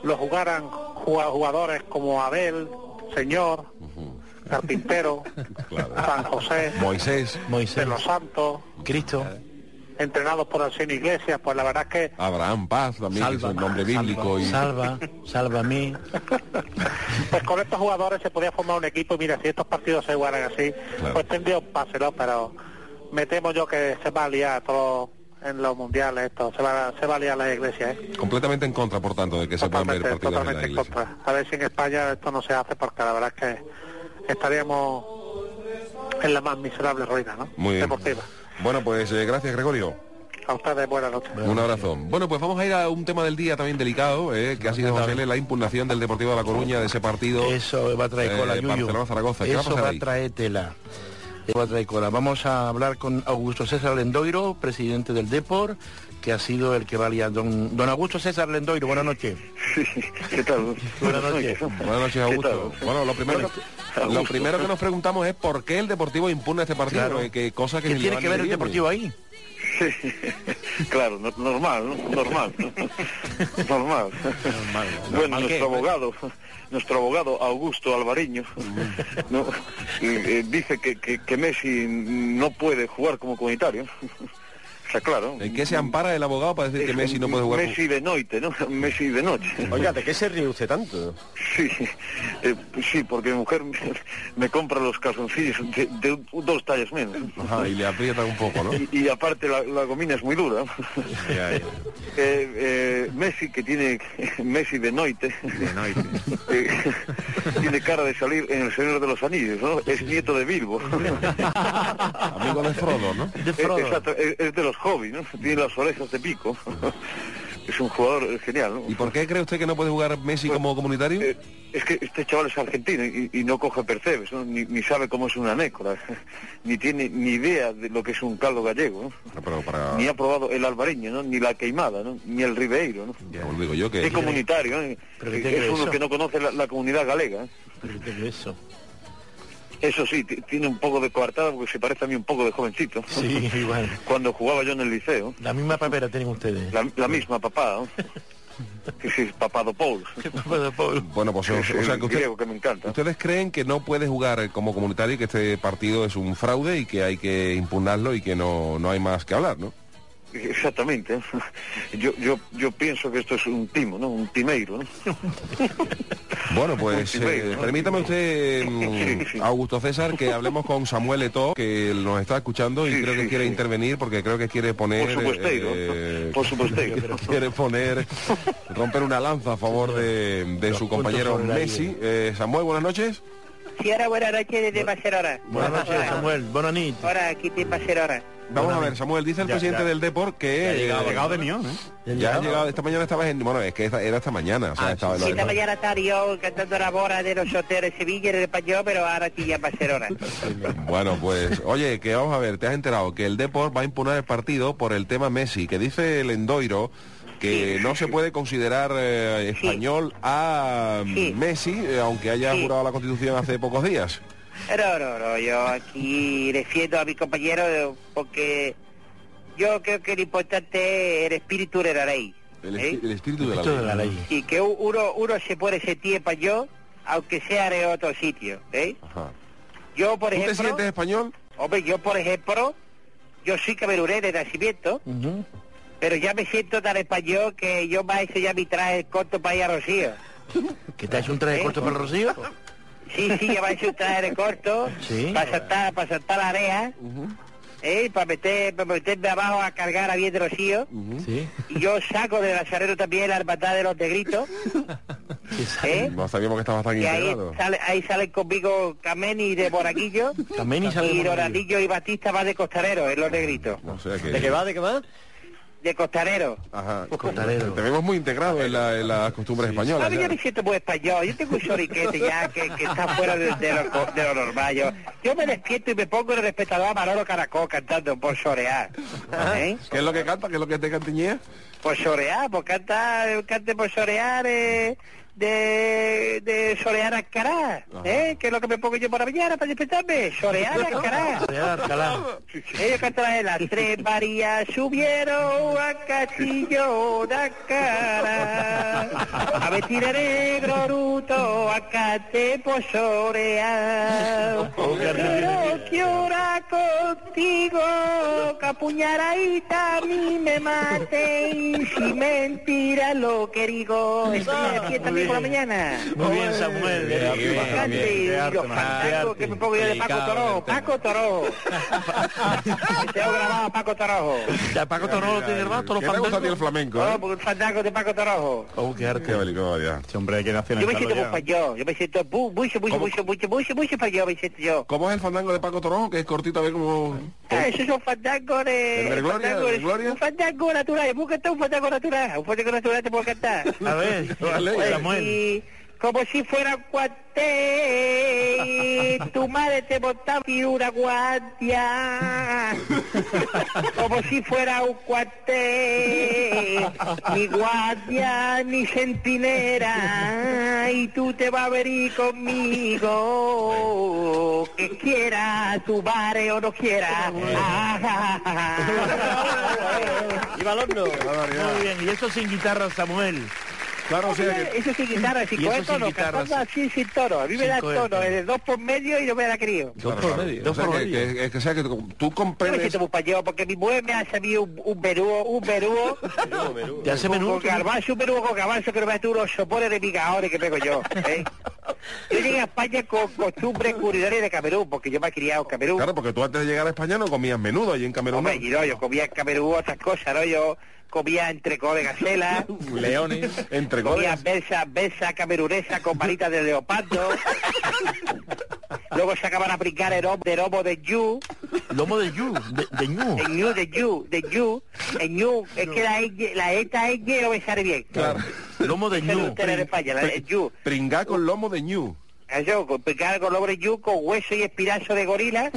[SPEAKER 5] lo jugaran ju- jugadores como Abel, Señor,
[SPEAKER 2] [laughs]
[SPEAKER 5] Carpintero,
[SPEAKER 1] Claro.
[SPEAKER 5] San José,
[SPEAKER 1] Moisés,
[SPEAKER 5] de
[SPEAKER 2] Moisés,
[SPEAKER 5] los Santos,
[SPEAKER 2] Cristo,
[SPEAKER 1] Eh,
[SPEAKER 5] entrenados por Arsenio Iglesias, pues la verdad es que
[SPEAKER 1] Abraham Paz también, que es un nombre bíblico. y...
[SPEAKER 2] salva, salva a mí.
[SPEAKER 5] pues con estos jugadores se podía formar un equipo y mira, si estos partidos se jugaran así,
[SPEAKER 1] Claro.
[SPEAKER 5] pues tendría un pase, ¿no? Pero me temo yo que se va a liar todo en los mundiales esto, se va, se va a liar las iglesias, ¿eh?
[SPEAKER 1] Completamente en contra, por tanto, de que se puedan ver
[SPEAKER 5] Totalmente,
[SPEAKER 1] partidos en la
[SPEAKER 5] totalmente en
[SPEAKER 1] iglesia.
[SPEAKER 5] contra. A ver si en España esto no se hace porque la verdad es que estaríamos en la más miserable ruina, ¿no?
[SPEAKER 1] Muy bien.
[SPEAKER 5] Deportiva.
[SPEAKER 1] Bueno, pues eh, gracias, Gregorio.
[SPEAKER 5] A ustedes buenas noches.
[SPEAKER 1] Un abrazo. Bueno, pues vamos a ir a un tema del día también delicado, eh, que ha sido, José, L, la impugnación del Deportivo de La Coruña de ese partido.
[SPEAKER 2] Eso va a traer
[SPEAKER 1] Eh,
[SPEAKER 2] cola, Yuyu.
[SPEAKER 1] Barcelona-Zaragoza, ¿qué va a
[SPEAKER 2] Eso
[SPEAKER 1] pasar
[SPEAKER 2] va
[SPEAKER 1] ahí?
[SPEAKER 2] a traer tela. Vamos a hablar con Augusto César Lendoiro, presidente del Depor, que ha sido el que valía don, don Augusto César Lendoiro. Buenas noches.
[SPEAKER 9] ¿Qué tal?
[SPEAKER 2] Buenas noches.
[SPEAKER 1] Buenas noches, Augusto. Bueno, lo primero, lo primero que nos preguntamos es por qué el Deportivo impugna este partido.
[SPEAKER 2] Claro.
[SPEAKER 1] Que, que cosa que
[SPEAKER 2] ¿Qué
[SPEAKER 1] ni
[SPEAKER 2] tiene
[SPEAKER 1] le eh?
[SPEAKER 2] que
[SPEAKER 1] van
[SPEAKER 2] ver
[SPEAKER 1] ni le vienen.
[SPEAKER 2] el Deportivo ahí?
[SPEAKER 9] claro, no- normal, ¿no?
[SPEAKER 1] [laughs]
[SPEAKER 9] normal, normal. bueno,
[SPEAKER 2] ¿qué?
[SPEAKER 9] nuestro abogado, nuestro abogado Augusto Alvariño,
[SPEAKER 1] Mm.
[SPEAKER 9] ¿no? Eh, eh, dice que, que- que Messi no puede jugar como comunitario. o sea, claro.
[SPEAKER 1] ¿En qué se ampara el abogado para decir que
[SPEAKER 9] Es
[SPEAKER 1] Messi no puede jugar?
[SPEAKER 9] Eh, Messi de noche, ¿no? Messi de noche. [laughs]
[SPEAKER 12] Oiga, ¿de qué se ríe usted tanto?
[SPEAKER 9] Sí, eh, sí, porque mi mujer me, me compra los calzoncillos de, de un- dos tallas menos.
[SPEAKER 1] Ajá, y le aprietan un poco, ¿no?
[SPEAKER 9] [laughs] Y, y aparte la, la gomina es muy dura. Eh, eh, Messi que tiene [laughs] Messi de noite, [laughs] eh, tiene cara de salir en el Señor de los Anillos, ¿no? [laughs] Es nieto de Bilbo.
[SPEAKER 1] Amigo de Frodo, ¿no?
[SPEAKER 2] De
[SPEAKER 9] Eh,
[SPEAKER 2] Frodo.
[SPEAKER 9] exacto, es, es de los hobbies, ¿no? Tiene las orejas de pico. [laughs] Es un jugador genial, ¿no?
[SPEAKER 1] ¿Y por qué cree usted que no puede jugar Messi como comunitario?
[SPEAKER 9] Eh, es que este chaval es argentino y, y no coge percebes, ¿no? ni, ni sabe cómo es una nécora, [laughs] ni tiene ni idea de lo que es un caldo gallego, ¿no?
[SPEAKER 1] No, pero para...
[SPEAKER 9] ni ha probado el albareño, ¿no? ni la queimada, ¿no? ni el ribeiro. ¿no?
[SPEAKER 1] Os digo yo que...
[SPEAKER 9] Es comunitario, ¿eh?
[SPEAKER 2] Pero ¿qué tiene que
[SPEAKER 9] es
[SPEAKER 2] ver
[SPEAKER 9] uno
[SPEAKER 2] eso?
[SPEAKER 9] que no conoce la, la comunidad galega. ¿eh?
[SPEAKER 2] eso?
[SPEAKER 9] Eso sí, ti- tiene un poco de coartada porque se parece a mí un poco de jovencito.
[SPEAKER 2] Sí, [laughs] igual.
[SPEAKER 9] Cuando jugaba yo en el liceo,
[SPEAKER 2] La misma papera tienen ustedes.
[SPEAKER 9] la, la misma papá, ¿no? que sí, es papado Paul,
[SPEAKER 1] Bueno, pues o, o sea que
[SPEAKER 9] el
[SPEAKER 1] usted-
[SPEAKER 9] griego que me encanta.
[SPEAKER 1] ustedes creen que no puede jugar como comunitario y que este partido es un fraude y que hay que impugnarlo y que no, no hay más que hablar, ¿no?
[SPEAKER 9] Exactamente. Yo, yo, yo pienso que esto es un timo, ¿no? Un timeiro, ¿no?
[SPEAKER 1] Bueno, pues
[SPEAKER 9] [laughs] Sí,
[SPEAKER 1] eh,
[SPEAKER 9] ¿no?
[SPEAKER 1] permítame usted, mm,
[SPEAKER 9] Sí, sí.
[SPEAKER 1] Augusto César, que hablemos con Samuel Eto, que nos está escuchando y
[SPEAKER 9] Sí,
[SPEAKER 1] creo que
[SPEAKER 9] sí,
[SPEAKER 1] quiere
[SPEAKER 9] sí.
[SPEAKER 1] intervenir porque creo que quiere poner...
[SPEAKER 9] Por supuesteiro.
[SPEAKER 1] eh, [laughs]
[SPEAKER 9] Por supuesteiro.
[SPEAKER 1] quiere poner, romper una lanza a favor de, de su compañero
[SPEAKER 2] puntos sobre el
[SPEAKER 1] Messi. Eh, Samuel, buenas noches.
[SPEAKER 7] Si ahora buenas noches desde Paserora.
[SPEAKER 2] [laughs] Buenas noches, Samuel. Buenas noches.
[SPEAKER 7] Ahora aquí de Paserora.
[SPEAKER 1] Vamos
[SPEAKER 2] Buenas
[SPEAKER 1] a ver,
[SPEAKER 2] noches.
[SPEAKER 1] Samuel, dice el
[SPEAKER 2] Ya,
[SPEAKER 1] presidente
[SPEAKER 2] ya.
[SPEAKER 1] del Depor que... eh,
[SPEAKER 3] Ha llegado de Neón, ¿eh?
[SPEAKER 1] Ya ha llegado, esta mañana estabas en... Bueno, es que esta- era esta mañana. O
[SPEAKER 2] Ah,
[SPEAKER 1] sea, estaba,
[SPEAKER 7] Sí, esta mañana estar yo cantando la bora de los hoteles de Sevilla y del Español, pero ahora aquí ya Paserora.
[SPEAKER 1] [laughs] Bueno, pues, oye, que vamos a ver, te has enterado que el Depor va a impugnar el partido por el tema Messi, que dice el Endoiro que no se puede considerar eh,
[SPEAKER 7] Sí.
[SPEAKER 1] español a mm,
[SPEAKER 7] Sí.
[SPEAKER 1] Messi, eh, aunque haya
[SPEAKER 7] Sí.
[SPEAKER 1] jurado la Constitución hace pocos días.
[SPEAKER 7] No, no, no, yo aquí defiendo a mi compañero eh, porque yo creo que lo importante es el espíritu de la ley.
[SPEAKER 1] El,
[SPEAKER 7] ¿eh?
[SPEAKER 1] espi- el espíritu de la,
[SPEAKER 2] Esto
[SPEAKER 1] ley.
[SPEAKER 2] de la ley.
[SPEAKER 7] Y que u- uno, uno se puede sentir español, aunque sea de otro sitio. ¿eh?
[SPEAKER 1] Ajá.
[SPEAKER 7] Yo, por
[SPEAKER 1] ¿Tú te
[SPEAKER 7] ejemplo,
[SPEAKER 1] sientes español?
[SPEAKER 7] hombre, yo, por ejemplo, yo soy camerunés de nacimiento,
[SPEAKER 2] Ujú.
[SPEAKER 7] pero ya me siento tan español que yo me he hecho ya mi traje corto para ir a Rocío.
[SPEAKER 2] ¿Que te has hecho un traje
[SPEAKER 7] ¿Eh?
[SPEAKER 2] corto para el Rocío?
[SPEAKER 7] Sí, sí, ya me he hecho un traje de corto
[SPEAKER 2] Sí.
[SPEAKER 7] para saltar, para saltar la área, ¿eh? para, meter, para meterme abajo a cargar a bien de Rocío.
[SPEAKER 2] Sí.
[SPEAKER 7] Y yo saco de Nazareno también la hermandad de los
[SPEAKER 2] [laughs]
[SPEAKER 7] negritos, ¿eh?
[SPEAKER 1] No sabíamos que estabas tan
[SPEAKER 7] Y ahí,
[SPEAKER 1] integrado.
[SPEAKER 7] sale- ahí salen conmigo Cameni de Boraquillo
[SPEAKER 2] También y sale
[SPEAKER 7] y
[SPEAKER 2] de
[SPEAKER 7] Doradillo y Batista va de costarero, en los negritos.
[SPEAKER 1] O sea que-
[SPEAKER 12] ¿De qué va? ¿De qué va?
[SPEAKER 7] De costarero.
[SPEAKER 1] Ajá.
[SPEAKER 2] Cotarero.
[SPEAKER 1] Te vemos muy integrado en, la- en las costumbres españolas.
[SPEAKER 7] A mí
[SPEAKER 1] ya.
[SPEAKER 7] yo me siento muy español, yo tengo un soriquete ya que, que está fuera de, de lo, co- de lo normal. Yo, yo me despierto y me pongo en el respetador a Manolo Caracol cantando por sorear. ¿eh?
[SPEAKER 1] ¿Qué es lo que canta? ¿Qué es lo que te cantiñea?
[SPEAKER 7] Por sorear, por cantar, cante por sorear eh, de, de sorear Alcará. ¿eh? Que es lo que me pongo yo por la mañana para despertarme, sorear
[SPEAKER 2] [laughs]
[SPEAKER 7] Alcará.
[SPEAKER 2] Real Alcalá.
[SPEAKER 7] Ellos cantarán de las tres Marías subieron a Castillo de cara. A vestir de negro ruto a cate posoreal. Pero que hora contigo, capuñaraita a mí me mate y si mentira lo que digo. Estoy aquí también por la mañana.
[SPEAKER 2] Muy bien, Samuel.
[SPEAKER 12] Bien, bien,
[SPEAKER 2] Bien,
[SPEAKER 12] bien.
[SPEAKER 7] Cante, y los fandangos que me pongo yo de Paco Torojo, Paco Torojo. Que Tengo grabado a Paco Torojo.
[SPEAKER 2] Ya Paco Tornado lo tiene rato, los
[SPEAKER 1] eh, ¿Qué te gusta a ti el flamenco?
[SPEAKER 2] fandangos. Ah,
[SPEAKER 7] Oh,
[SPEAKER 1] eh?
[SPEAKER 7] porque el fandango de Paco Torojo.
[SPEAKER 2] Oh, qué
[SPEAKER 1] Qué
[SPEAKER 2] arte.
[SPEAKER 1] barbaridad.
[SPEAKER 3] Este hombre hay que
[SPEAKER 7] Yo me siento muy
[SPEAKER 3] nacionalizarlo ya.
[SPEAKER 7] español, yo me siento bu- mucho, mucho,
[SPEAKER 1] ¿Cómo?
[SPEAKER 7] mucho, mucho, mucho, mucho español, me siento yo.
[SPEAKER 1] ¿Cómo es el fandango de Paco Torojo? Que es cortito, a ver cómo...
[SPEAKER 7] Ah, esos son fandangos de...
[SPEAKER 1] ¿El Bergoglio?
[SPEAKER 7] fandangos de-
[SPEAKER 1] ¿El Bergoglio?
[SPEAKER 7] Un fandango natural, yo puedo cantar un fandango natural, un fandango natural te puedo cantar.
[SPEAKER 2] A ver,
[SPEAKER 1] Vale,
[SPEAKER 2] Samuel.
[SPEAKER 7] Y Pues como si fuera guante. y Tu madre te montaba y una guantia, como si fuera un guante. Ni guardia ni centinela, y tú te vas a venir conmigo, que quiera tu madre o no quiera. Ah,
[SPEAKER 12] Y balonno.
[SPEAKER 2] Muy bien, y eso sin guitarra, Samuel.
[SPEAKER 1] Claro, o sea que...
[SPEAKER 7] Eso sin guitarra, sin
[SPEAKER 2] Y eso
[SPEAKER 7] cohetes,
[SPEAKER 2] sin
[SPEAKER 7] no,
[SPEAKER 2] guitarra,
[SPEAKER 7] cantando así sin tono. A mí me
[SPEAKER 2] Sin
[SPEAKER 7] da
[SPEAKER 2] cohetes.
[SPEAKER 7] tono, es de dos por medio y no me da crío.
[SPEAKER 13] Dos por medio.
[SPEAKER 1] O sea, que, que- que- o sea, que tú- tú
[SPEAKER 7] Yo me
[SPEAKER 1] comprendes...
[SPEAKER 7] siento muy payeo porque mi mujer me hace a mí un, un verúo, un
[SPEAKER 2] [laughs]
[SPEAKER 7] verúo.
[SPEAKER 2] ¿Te hace
[SPEAKER 7] con-
[SPEAKER 2] menú?
[SPEAKER 7] Con garbanzo, un verúo con garbanzo que no me hace unos sopones de picadores que pego yo. ¿eh? Yo llegué a España con costumbres culinarias de Camerún, porque yo me he criado en Camerún.
[SPEAKER 1] Claro, porque tú antes de llegar a España no comías menudo allí en Camerún.
[SPEAKER 7] Hombre, y no, yo comía en Camerún otras cosas, ¿no? Yo comía entrecó de gacela.
[SPEAKER 13] Leones.
[SPEAKER 1] Entre
[SPEAKER 7] Comía
[SPEAKER 1] goles.
[SPEAKER 7] berza, berza camerunesa con palitas de leopardo. Luego sacaban a brincar el lomo de, lomo de yu,
[SPEAKER 2] Lomo de yu, de, de ñu.
[SPEAKER 7] de ñu, de yu, de yu, de ñu. Es que la ñ, la esta ñ no me sale bien. Claro.
[SPEAKER 2] Lomo de ñu.
[SPEAKER 7] en España, la el yu.
[SPEAKER 1] Pringá con lomo de ñu.
[SPEAKER 7] Eso, con picar con lomo de yu, con hueso y espinazo de gorila.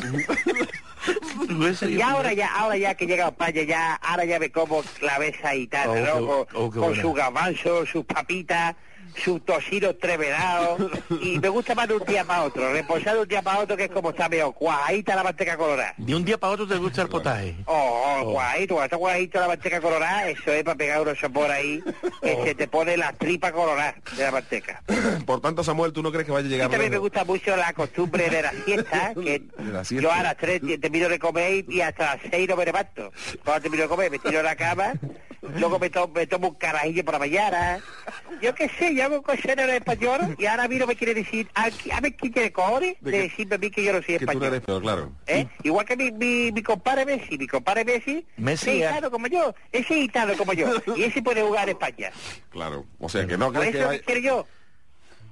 [SPEAKER 7] Y ahora
[SPEAKER 2] pues,
[SPEAKER 7] ya,
[SPEAKER 2] eh,
[SPEAKER 7] ahora ya que llega a España, ya, ahora ya me como la besa y tal,
[SPEAKER 2] Oh, qué
[SPEAKER 7] ¿no?
[SPEAKER 2] bu-
[SPEAKER 7] Con,
[SPEAKER 2] oh, qué
[SPEAKER 7] con
[SPEAKER 2] buena.
[SPEAKER 7] sus garbanzos, sus papitas, sus tocinos trevedados. y me gusta más de un día para otro, reposar de un día para otro que es como está medio cuajadita la manteca colorada.
[SPEAKER 2] De un día para otro te gusta el potaje.
[SPEAKER 7] Oh, oh, cuajadito, cuando está cuajadito la manteca colorada, eso es para pegar unos sopor ahí, que
[SPEAKER 2] Oh.
[SPEAKER 7] se te pone la tripa colorada de la manteca.
[SPEAKER 1] [clears throat] Por tanto, Samuel, ¿tú no crees que vaya a
[SPEAKER 7] Y
[SPEAKER 1] llegar
[SPEAKER 7] también me
[SPEAKER 1] lejos?
[SPEAKER 7] gusta mucho la costumbre de la siesta, que
[SPEAKER 1] [laughs] De la siesta.
[SPEAKER 7] yo a las 3 termino de comer y hasta las 6 no me levanto. Cuando termino de comer me tiro en la cama, luego me, to- me tomo un carajillo por la mañana. Yo qué sé, yo hago cosas en el español y ahora a mí no me quiere decir, a, a ver quién tiene cojones de,
[SPEAKER 1] De que-
[SPEAKER 7] decirme a mí que yo no soy
[SPEAKER 1] Que tú no
[SPEAKER 7] español.
[SPEAKER 1] eres... Pero claro.
[SPEAKER 7] ¿eh? Igual que mi, mi, mi compadre Messi, mi compadre Messi,
[SPEAKER 2] Messi,
[SPEAKER 7] es
[SPEAKER 2] ¿eh?
[SPEAKER 7] gitano como yo, ese es gitano
[SPEAKER 1] [laughs]
[SPEAKER 7] como yo, y ese puede jugar en España.
[SPEAKER 1] Claro. O sea, que no
[SPEAKER 7] Por
[SPEAKER 1] crees que
[SPEAKER 7] eso
[SPEAKER 1] vaya,
[SPEAKER 7] que quiero yo.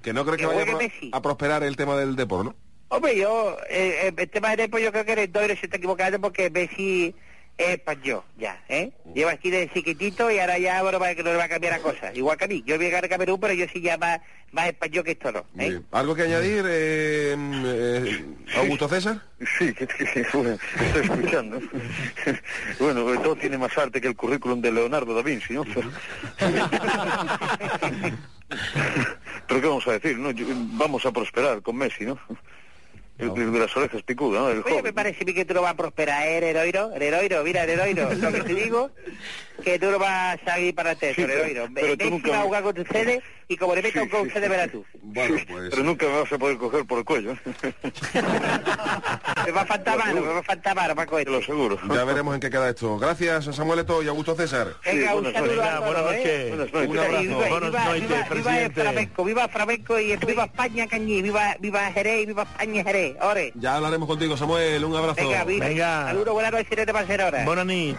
[SPEAKER 1] que no crees que
[SPEAKER 7] que
[SPEAKER 1] vaya
[SPEAKER 7] juegue
[SPEAKER 1] a pro-
[SPEAKER 7] Messi.
[SPEAKER 1] a prosperar el tema del deporte, ¿no?
[SPEAKER 7] Hombre, yo, eh, eh, el tema del Epo, yo creo que el Doyle se está equivocando porque Messi es español, ya, ¿eh? Lleva aquí desde chiquitito y ahora ya bueno, va- que no le va a cambiar la cosa. Igual que a mí, yo voy a ganar a Camerún, pero yo sí ya más, más español que esto, ¿no?
[SPEAKER 1] Muy
[SPEAKER 7] ¿eh?
[SPEAKER 1] bien. ¿Algo que añadir, eh, eh, Augusto César?
[SPEAKER 9] Sí, [laughs] que, que- que- bueno, que estoy escuchando. [laughs] Bueno, pues todo tiene más arte que el currículum de Leonardo da Vinci, ¿no? Pero, [laughs] Pero qué vamos a decir, ¿no? Yo- Vamos a prosperar con Messi, ¿no? El, el de las orejas picudas, ¿no? El
[SPEAKER 7] Oye,
[SPEAKER 9] joven.
[SPEAKER 7] me parece a mí que tú no vas a prosperar, ¿eh, Heroiro? Heroiro, mira,
[SPEAKER 9] [laughs]
[SPEAKER 7] Heroiro, lo que te digo, que tú no vas a salir para atrás,
[SPEAKER 9] Sí, pero-
[SPEAKER 7] Heroiro. Me-
[SPEAKER 9] pero tú
[SPEAKER 7] Messi
[SPEAKER 9] nunca-
[SPEAKER 7] va a jugar con ustedes y como le meta un con ustedes, verás tú.
[SPEAKER 1] Bueno, pues...
[SPEAKER 9] Pero nunca me vas a poder coger por el cuello, ¿eh? [laughs]
[SPEAKER 7] Me va a faltar mano, me va a faltar mano, Paco.
[SPEAKER 9] te Ah, lo
[SPEAKER 7] Este.
[SPEAKER 9] aseguro.
[SPEAKER 1] Ya veremos en qué queda esto. Gracias, Samuel Eto y Augusto César.
[SPEAKER 7] Venga,
[SPEAKER 9] Sí,
[SPEAKER 7] un
[SPEAKER 9] buenas
[SPEAKER 7] saludo
[SPEAKER 2] noches.
[SPEAKER 7] a todos,
[SPEAKER 2] Buenas
[SPEAKER 7] ¿eh?
[SPEAKER 2] noches.
[SPEAKER 9] Buenas noches.
[SPEAKER 2] Un abrazo.
[SPEAKER 7] Viva,
[SPEAKER 2] Buenas
[SPEAKER 7] viva,
[SPEAKER 2] noches,
[SPEAKER 7] viva, viva el
[SPEAKER 2] presidente.
[SPEAKER 7] flamenco, viva el flamenco y viva España Cañí, viva, viva Jerez, viva España Jerez, ore.
[SPEAKER 1] Ya hablaremos contigo, Samuel. Un abrazo.
[SPEAKER 7] Venga, viva.
[SPEAKER 2] Venga.
[SPEAKER 7] Saludos, buenas noches, no te pases ahora.
[SPEAKER 2] Buena nit.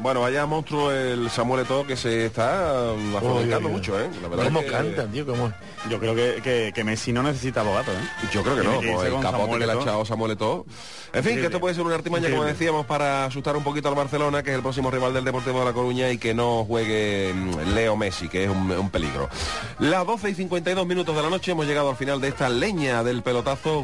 [SPEAKER 1] Bueno, vaya monstruo el Samuel Eto que se está mm, afrontando
[SPEAKER 2] Oye,
[SPEAKER 1] mucho, ¿eh? La verdad
[SPEAKER 2] ¿Cómo
[SPEAKER 1] es que-
[SPEAKER 2] cantan, tío? ¿Cómo?
[SPEAKER 3] Yo creo que, que, que Messi no necesita abogado, ¿eh?
[SPEAKER 1] Yo creo que no,
[SPEAKER 3] Tiene que irse
[SPEAKER 1] pues el
[SPEAKER 3] con
[SPEAKER 1] capote
[SPEAKER 3] Samuel
[SPEAKER 1] que le ha
[SPEAKER 3] Eto'o.
[SPEAKER 1] echado Samuel Eto'o. En fin, que esto puede ser una artimaña, como
[SPEAKER 3] Increíble.
[SPEAKER 1] decíamos, para asustar un poquito al Barcelona, que es el próximo rival del Deportivo de La Coruña, y que no juegue mm, Leo Messi, que es un, un peligro. Las 12 y 52 minutos de la noche hemos llegado al final de esta leña del pelotazo.